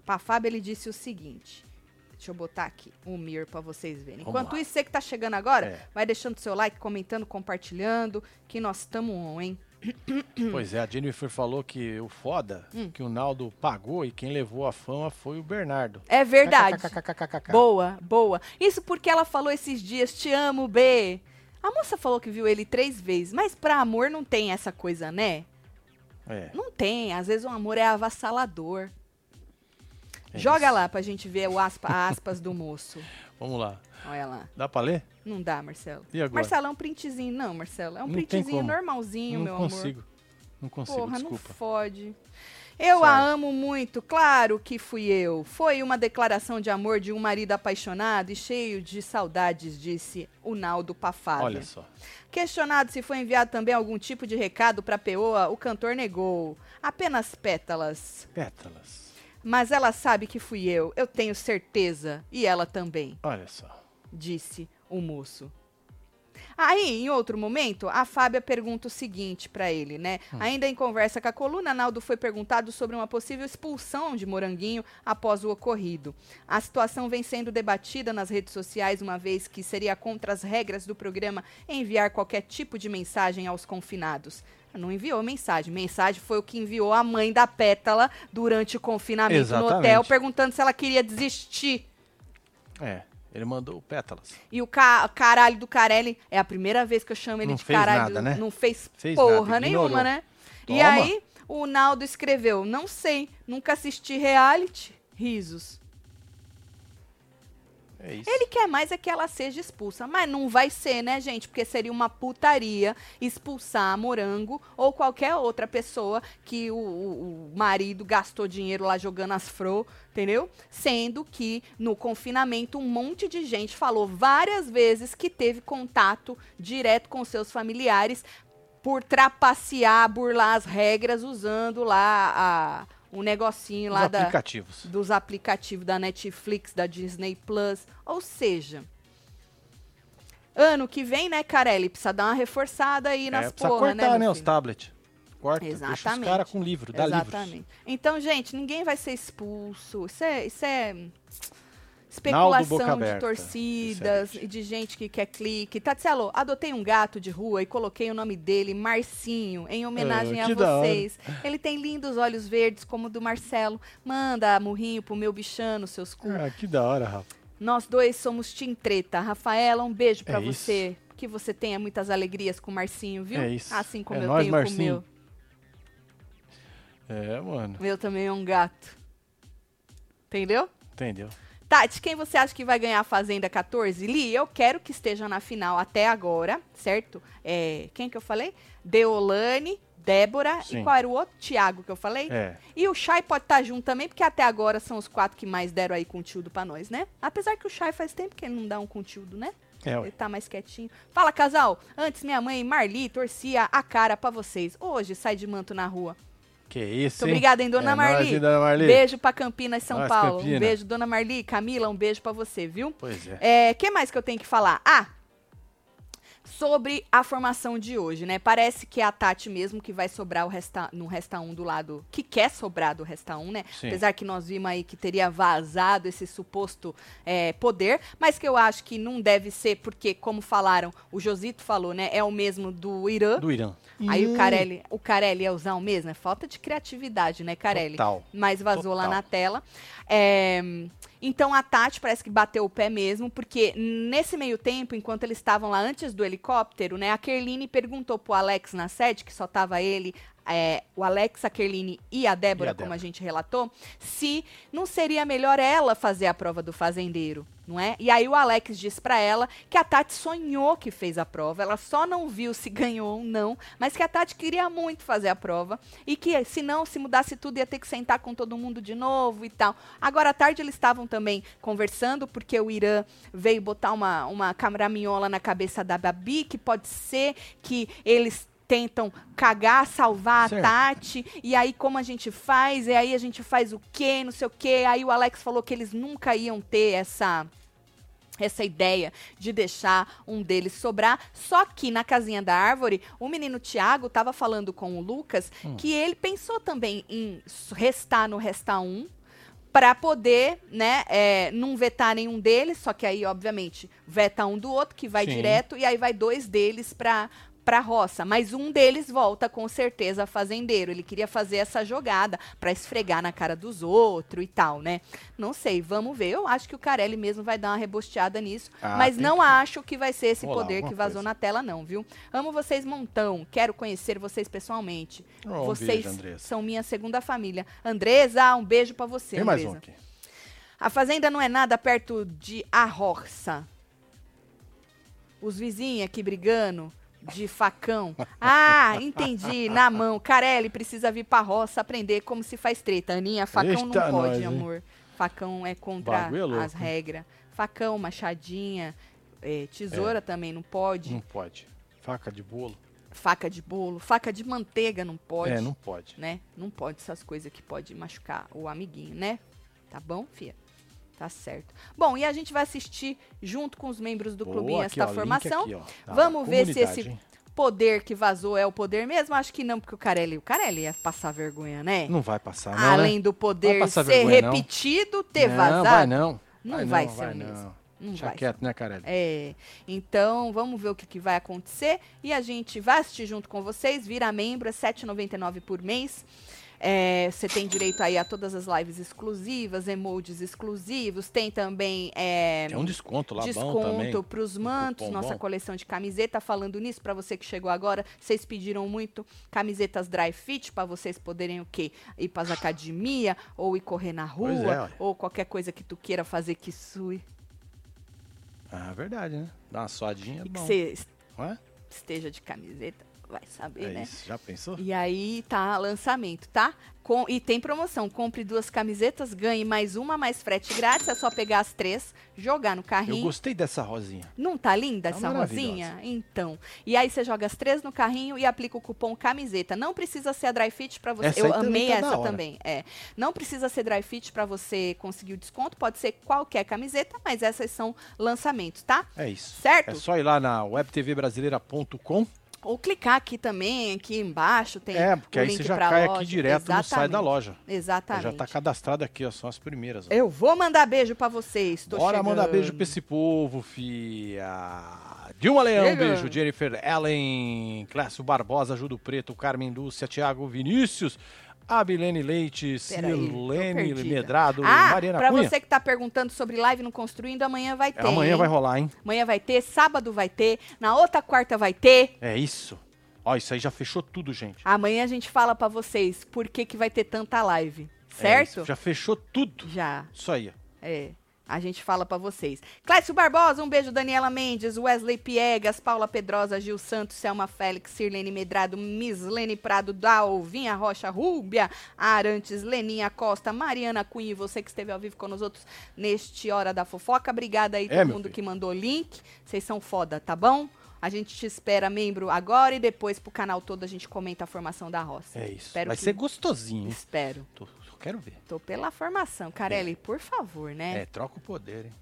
Speaker 1: Pra Fábio, ele disse o seguinte. Deixa eu botar aqui o Mir pra vocês verem.
Speaker 2: Vamos
Speaker 1: Enquanto
Speaker 2: lá.
Speaker 1: isso, você que tá chegando agora,
Speaker 2: É.
Speaker 1: vai deixando seu like, comentando, compartilhando, que nós estamos on, hein?
Speaker 2: Pois é, a Jennifer falou que o foda
Speaker 1: Hum.
Speaker 2: que o Naldo pagou e quem levou a fama foi o Bernardo.
Speaker 1: É verdade.
Speaker 2: KKKKKK.
Speaker 1: Boa, boa. Isso porque ela falou esses dias, te amo, B. A moça falou que viu ele três vezes, mas pra amor não tem essa coisa, né?
Speaker 2: É.
Speaker 1: Não tem. Às vezes o amor é avassalador.
Speaker 2: É
Speaker 1: Joga
Speaker 2: isso.
Speaker 1: lá pra gente ver o aspa- aspas do moço.
Speaker 2: Vamos lá.
Speaker 1: Olha lá.
Speaker 2: Dá pra ler?
Speaker 1: Não dá, Marcelo.
Speaker 2: E agora?
Speaker 1: Marcelo, é um printzinho. Não, Marcelo, é um
Speaker 2: Não tem
Speaker 1: printzinho
Speaker 2: como.
Speaker 1: normalzinho,
Speaker 2: não
Speaker 1: meu
Speaker 2: consigo.
Speaker 1: amor.
Speaker 2: Não consigo,
Speaker 1: Porra,
Speaker 2: desculpa.
Speaker 1: não fode. Eu a
Speaker 2: Sorry.
Speaker 1: amo muito, claro que fui eu. Foi uma declaração de amor de um marido apaixonado e cheio de saudades, disse o Naldo Pafábio.
Speaker 2: Olha só.
Speaker 1: Questionado se foi enviado também algum tipo de recado pra Peoa, o cantor negou. Apenas pétalas.
Speaker 2: Pétalas.
Speaker 1: Mas ela sabe que fui eu, eu tenho certeza. E ela também
Speaker 2: Olha só.
Speaker 1: disse o moço. Aí, em outro momento, a Fábia pergunta o seguinte para ele, né? Ainda em conversa com a coluna, Naldo foi perguntado sobre uma possível expulsão de Moranguinho após o ocorrido. A situação vem sendo debatida nas redes sociais, uma vez que seria contra as regras do programa enviar qualquer tipo de mensagem aos confinados. Não enviou mensagem. Mensagem foi o que enviou a mãe da Pétala durante o confinamento no hotel,
Speaker 2: Exatamente.
Speaker 1: perguntando se ela queria desistir.
Speaker 2: É, ele mandou pétalas.
Speaker 1: E o ca- caralho do Carelli, é a primeira vez que eu chamo ele
Speaker 2: Não
Speaker 1: de
Speaker 2: fez
Speaker 1: caralho.
Speaker 2: nada, né?
Speaker 1: Não fez,
Speaker 2: Fez
Speaker 1: porra
Speaker 2: nada, ignorou.
Speaker 1: nenhuma, né? E
Speaker 2: Toma.
Speaker 1: aí, o Naldo escreveu: Não sei, nunca assisti reality. Risos.
Speaker 2: É isso.
Speaker 1: Ele quer mais é que ela seja expulsa, mas não vai ser, né, gente? Porque seria uma putaria expulsar Morango ou qualquer outra pessoa que o, o- o marido gastou dinheiro lá jogando as fro, entendeu? Sendo que no confinamento um monte de gente falou várias vezes que teve contato direto com seus familiares por trapacear, burlar as regras usando lá a, um negocinho
Speaker 2: Os
Speaker 1: lá da
Speaker 2: aplicativos.
Speaker 1: dos aplicativos da Netflix, da Disney Plus, ou seja, ano que vem, né, Carelli, precisa dar uma reforçada aí nas
Speaker 2: é, precisa
Speaker 1: porra,
Speaker 2: cortar, né,
Speaker 1: meu
Speaker 2: os
Speaker 1: filho?
Speaker 2: tablets. Corta, deixa os
Speaker 1: Exatamente.
Speaker 2: caras com livro, dá
Speaker 1: Exatamente.
Speaker 2: livros.
Speaker 1: Então, gente, ninguém vai ser expulso. Isso é, isso é hum,
Speaker 2: Naldo Boca
Speaker 1: especulação de
Speaker 2: Aberta,
Speaker 1: torcidas
Speaker 2: sinceramente.
Speaker 1: e de gente que quer clique. Tatielo, adotei um gato de rua e coloquei o nome dele, Marcinho, em homenagem
Speaker 2: Ah,
Speaker 1: a
Speaker 2: que da hora.
Speaker 1: vocês. Ele tem lindos olhos verdes, como o do Marcelo. Manda murrinho pro meu bichano, seus cu.
Speaker 2: Ah, que da hora, rapaz.
Speaker 1: Nós dois somos Team Treta. Rafaela, um beijo pra
Speaker 2: É isso.
Speaker 1: você. Que você tenha muitas alegrias com o Marcinho, viu?
Speaker 2: É isso.
Speaker 1: Assim como
Speaker 2: É
Speaker 1: eu
Speaker 2: nóis,
Speaker 1: tenho
Speaker 2: Marcinho.
Speaker 1: com o
Speaker 2: É, mano.
Speaker 1: meu. Meu também é um gato. Entendeu?
Speaker 2: Entendeu?
Speaker 1: Tati, quem você acha que vai ganhar a Fazenda 14? Li, eu quero que esteja na final até agora, certo? É, quem que eu falei? Deolane, Débora e
Speaker 2: Sim.
Speaker 1: qual era o outro? Tiago que eu falei?
Speaker 2: É.
Speaker 1: E o Chay pode estar junto também, porque até agora são os quatro que mais deram aí conteúdo pra nós, né? Apesar que o Chay faz tempo que ele não dá um conteúdo, né?
Speaker 2: É,
Speaker 1: Ele
Speaker 2: ué.
Speaker 1: tá mais quietinho. Fala, casal. Antes, minha mãe, Marli, torcia a cara pra vocês. Hoje, sai de manto na rua.
Speaker 2: Que isso,
Speaker 1: Muito
Speaker 2: hein?
Speaker 1: obrigada, hein, dona
Speaker 2: É
Speaker 1: Marli.
Speaker 2: nóis, hein, dona Marli?
Speaker 1: Beijo pra Campinas, São
Speaker 2: Nós,
Speaker 1: Paulo. Um
Speaker 2: Campina.
Speaker 1: beijo, dona Marli. Camila, um beijo pra você, viu?
Speaker 2: Pois é.
Speaker 1: É, que mais que eu tenho que falar? Ah, sobre a formação de hoje, né? Parece que é a Tati mesmo que vai sobrar o resta, no Resta 1 do lado, que quer sobrar do Resta 1, né?
Speaker 2: Sim.
Speaker 1: Apesar que nós vimos aí que teria vazado esse suposto é, poder, mas que eu acho que não deve ser, porque, como falaram, o Josito falou, né? É o mesmo do Irã.
Speaker 2: Do Irã. Hum,
Speaker 1: Aí o Carelli, o Carelli é usar o mesmo? É falta de criatividade, né, Carelli?
Speaker 2: Total.
Speaker 1: Mas vazou lá
Speaker 2: Total.
Speaker 1: na tela. É, então a Tati parece que bateu o pé mesmo, porque nesse meio tempo, enquanto eles estavam lá antes do helicóptero, né, a Kerline perguntou pro Alex na sede, que só tava ele, é, o Alex, a Kerline e a Débora,
Speaker 2: E a
Speaker 1: como
Speaker 2: Débora.
Speaker 1: a gente relatou, se não seria melhor ela fazer a prova do fazendeiro. Não é? E aí o Alex disse pra ela que a Tati sonhou que fez a prova, ela só não viu se ganhou ou não, mas que a Tati queria muito fazer a prova e que se não, se mudasse tudo, ia ter que sentar com todo mundo de novo e tal. Agora à tarde eles estavam também conversando, porque o Irã veio botar uma, uma camraminhola na cabeça da Babi, que pode ser que eles tentam cagar, salvar
Speaker 2: Certo.
Speaker 1: a Tati, e aí como a gente faz, e aí a gente faz o quê, não sei o quê. Aí o Alex falou que eles nunca iam ter essa essa ideia de deixar um deles sobrar. Só que na casinha da árvore, o menino Tiago estava falando com o Lucas que ele pensou também em s- restar no Resta 1 para poder, né, é, não vetar nenhum deles, só que aí, obviamente, veta um do outro, que vai
Speaker 2: Sim.
Speaker 1: direto, e aí vai dois deles para pra roça. Mas um deles volta, com certeza, fazendeiro. Ele queria fazer essa jogada para esfregar na cara dos outros e tal, né? Não sei, vamos ver. Eu acho que o Carelli mesmo vai dar uma rebosteada nisso,
Speaker 2: Ah,
Speaker 1: mas
Speaker 2: tem
Speaker 1: não
Speaker 2: que-
Speaker 1: acho que vai ser esse
Speaker 2: Rolar
Speaker 1: poder
Speaker 2: alguma
Speaker 1: que vazou
Speaker 2: coisa.
Speaker 1: na tela, não, viu? Amo vocês, montão. Quero conhecer vocês pessoalmente.
Speaker 2: Oh, um
Speaker 1: vocês
Speaker 2: beijo, Andressa.
Speaker 1: são minha segunda família. Andresa, um beijo para você.
Speaker 2: Tem mais
Speaker 1: Andresa.
Speaker 2: um aqui.
Speaker 1: A fazenda não é nada perto de Arroça. Os vizinhos aqui brigando de facão. Ah, entendi, na mão. Carelli precisa vir pra roça aprender como se faz treta. Aninha, facão
Speaker 2: Eita,
Speaker 1: não pode,
Speaker 2: nós, hein?
Speaker 1: amor. Facão é contra
Speaker 2: Bagulho é louco,
Speaker 1: as
Speaker 2: hein?
Speaker 1: regras. Facão, machadinha, eh,
Speaker 2: É.
Speaker 1: tesoura também não pode.
Speaker 2: Não pode. Faca de bolo?
Speaker 1: Faca de bolo, faca de manteiga não pode
Speaker 2: É, não pode.
Speaker 1: né? Não pode essas coisas que pode machucar o amiguinho, né? Tá bom, fia? Tá certo. Bom, e a gente vai assistir junto com os membros do
Speaker 2: Boa,
Speaker 1: clubinho
Speaker 2: aqui,
Speaker 1: esta
Speaker 2: ó, link
Speaker 1: formação.
Speaker 2: aqui, ó, da
Speaker 1: Vamos ver se
Speaker 2: comunidade,
Speaker 1: esse
Speaker 2: hein?
Speaker 1: poder que vazou é o poder mesmo. Acho que não, porque o Carelli, o Carelli ia passar vergonha, né?
Speaker 2: Não vai passar, não.
Speaker 1: Além
Speaker 2: né?
Speaker 1: do poder ser
Speaker 2: passar vergonha, não.
Speaker 1: repetido, ter
Speaker 2: não,
Speaker 1: vazado.
Speaker 2: Vai não.
Speaker 1: Não
Speaker 2: vai,
Speaker 1: vai
Speaker 2: não,
Speaker 1: ser
Speaker 2: vai
Speaker 1: mesmo.
Speaker 2: Não.
Speaker 1: Não
Speaker 2: Deixa
Speaker 1: vai
Speaker 2: quieto, né, Carelli?
Speaker 1: É. Então, vamos ver o que, que vai acontecer. E a gente vai assistir junto com vocês. Vira membro, é R$ 7,99 por mês. É, você tem direito aí a todas as lives exclusivas, emojis exclusivos. Tem também é,
Speaker 2: Tem um desconto lá bom também. um
Speaker 1: desconto para os mantos,
Speaker 2: cupom
Speaker 1: nossa
Speaker 2: bom.
Speaker 1: coleção de camiseta. Falando nisso, para você que chegou agora, vocês pediram muito camisetas dry fit para vocês poderem o quê? Ir para as academia ou ir correr na rua
Speaker 2: Pois é, olha.
Speaker 1: ou qualquer coisa que tu queira fazer que sui.
Speaker 2: Ah, verdade, né? Dá uma suadinha, é
Speaker 1: E que
Speaker 2: bom.
Speaker 1: você
Speaker 2: Não é?
Speaker 1: esteja de camiseta, vai saber,
Speaker 2: É
Speaker 1: né?
Speaker 2: isso, já pensou?
Speaker 1: E aí tá lançamento, tá? Com, e tem promoção. Compre duas camisetas, ganhe mais uma, mais frete grátis. É só pegar as três, jogar no
Speaker 2: Eu
Speaker 1: carrinho.
Speaker 2: gostei dessa rosinha.
Speaker 1: Não tá linda
Speaker 2: Tá
Speaker 1: essa
Speaker 2: maravilhosa.
Speaker 1: rosinha? Então. E aí você joga as três no carrinho e aplica o cupom camiseta. Não precisa ser a dry fit para você.
Speaker 2: Essa aí
Speaker 1: Eu
Speaker 2: também
Speaker 1: amei
Speaker 2: tá da
Speaker 1: essa
Speaker 2: hora.
Speaker 1: também. É. Não precisa ser dry fit para você conseguir o desconto. Pode ser qualquer camiseta, mas essas são lançamentos, tá?
Speaker 2: É isso.
Speaker 1: Certo?
Speaker 2: É só ir lá na webtvbrasileira.com.
Speaker 1: Ou clicar aqui também, aqui embaixo tem
Speaker 2: É, porque
Speaker 1: o
Speaker 2: aí
Speaker 1: link
Speaker 2: você já
Speaker 1: pra
Speaker 2: cai
Speaker 1: loja.
Speaker 2: aqui direto no site da
Speaker 1: Exatamente.
Speaker 2: loja.
Speaker 1: Exatamente.
Speaker 2: Já tá cadastrado aqui, ó, são as primeiras. Ó.
Speaker 1: Eu vou mandar beijo pra vocês. Tô
Speaker 2: Bora
Speaker 1: chegando.
Speaker 2: mandar beijo pra esse povo, fia. Dilma Leão,
Speaker 1: Chegando.
Speaker 2: beijo. Jennifer Ellen, Clássio Barbosa, Judo Preto, Carmen Lúcia, Thiago Vinícius, Abilene Leite,
Speaker 1: Peraí, tô
Speaker 2: Silene
Speaker 1: perdida.
Speaker 2: Medrado,
Speaker 1: Ah,
Speaker 2: Mariana
Speaker 1: pra
Speaker 2: Cunha.
Speaker 1: você que tá perguntando sobre live no Construindo, amanhã vai
Speaker 2: É,
Speaker 1: ter.
Speaker 2: amanhã
Speaker 1: hein?
Speaker 2: vai rolar, hein?
Speaker 1: Amanhã vai ter, sábado vai ter, na outra quarta vai ter.
Speaker 2: É isso. Ó, isso aí já fechou tudo, gente.
Speaker 1: Amanhã a gente fala pra vocês por que, que vai ter tanta live,
Speaker 2: É
Speaker 1: certo?
Speaker 2: isso, já fechou tudo.
Speaker 1: Já,
Speaker 2: Isso aí. ó.
Speaker 1: é. A gente fala pra vocês. Clécio Barbosa, um beijo. Daniela Mendes, Wesley Piegas, Paula Pedrosa, Gil Santos, Selma Félix, Sirlene Medrado, Mislene Prado, Dalvinha Rocha, Rúbia, Arantes, Leninha Costa, Mariana Cunha e você que esteve ao vivo com nós outros neste Hora da Fofoca. Obrigada aí
Speaker 2: É,
Speaker 1: todo
Speaker 2: meu
Speaker 1: mundo
Speaker 2: filho.
Speaker 1: que mandou link. Vocês são foda, tá bom? A gente te espera membro agora e depois pro canal todo a gente comenta a formação da roça.
Speaker 2: É isso.
Speaker 1: Espero
Speaker 2: Vai
Speaker 1: que...
Speaker 2: ser gostosinho. hein?
Speaker 1: Espero.
Speaker 2: Tô- só quero ver.
Speaker 1: Tô pela formação. Carelli, por favor, né?
Speaker 2: É. troca o poder, hein?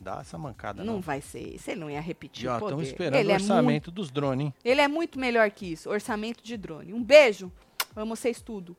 Speaker 2: Dá essa mancada,
Speaker 1: Não
Speaker 2: não.
Speaker 1: vai ser isso, ele não ia repetir
Speaker 2: E ó,
Speaker 1: o poder.
Speaker 2: estamos esperando
Speaker 1: ele,
Speaker 2: o
Speaker 1: é muito,
Speaker 2: orçamento dos drones, hein?
Speaker 1: ele é muito melhor que isso, orçamento de drone. Um beijo, amo vocês tudo.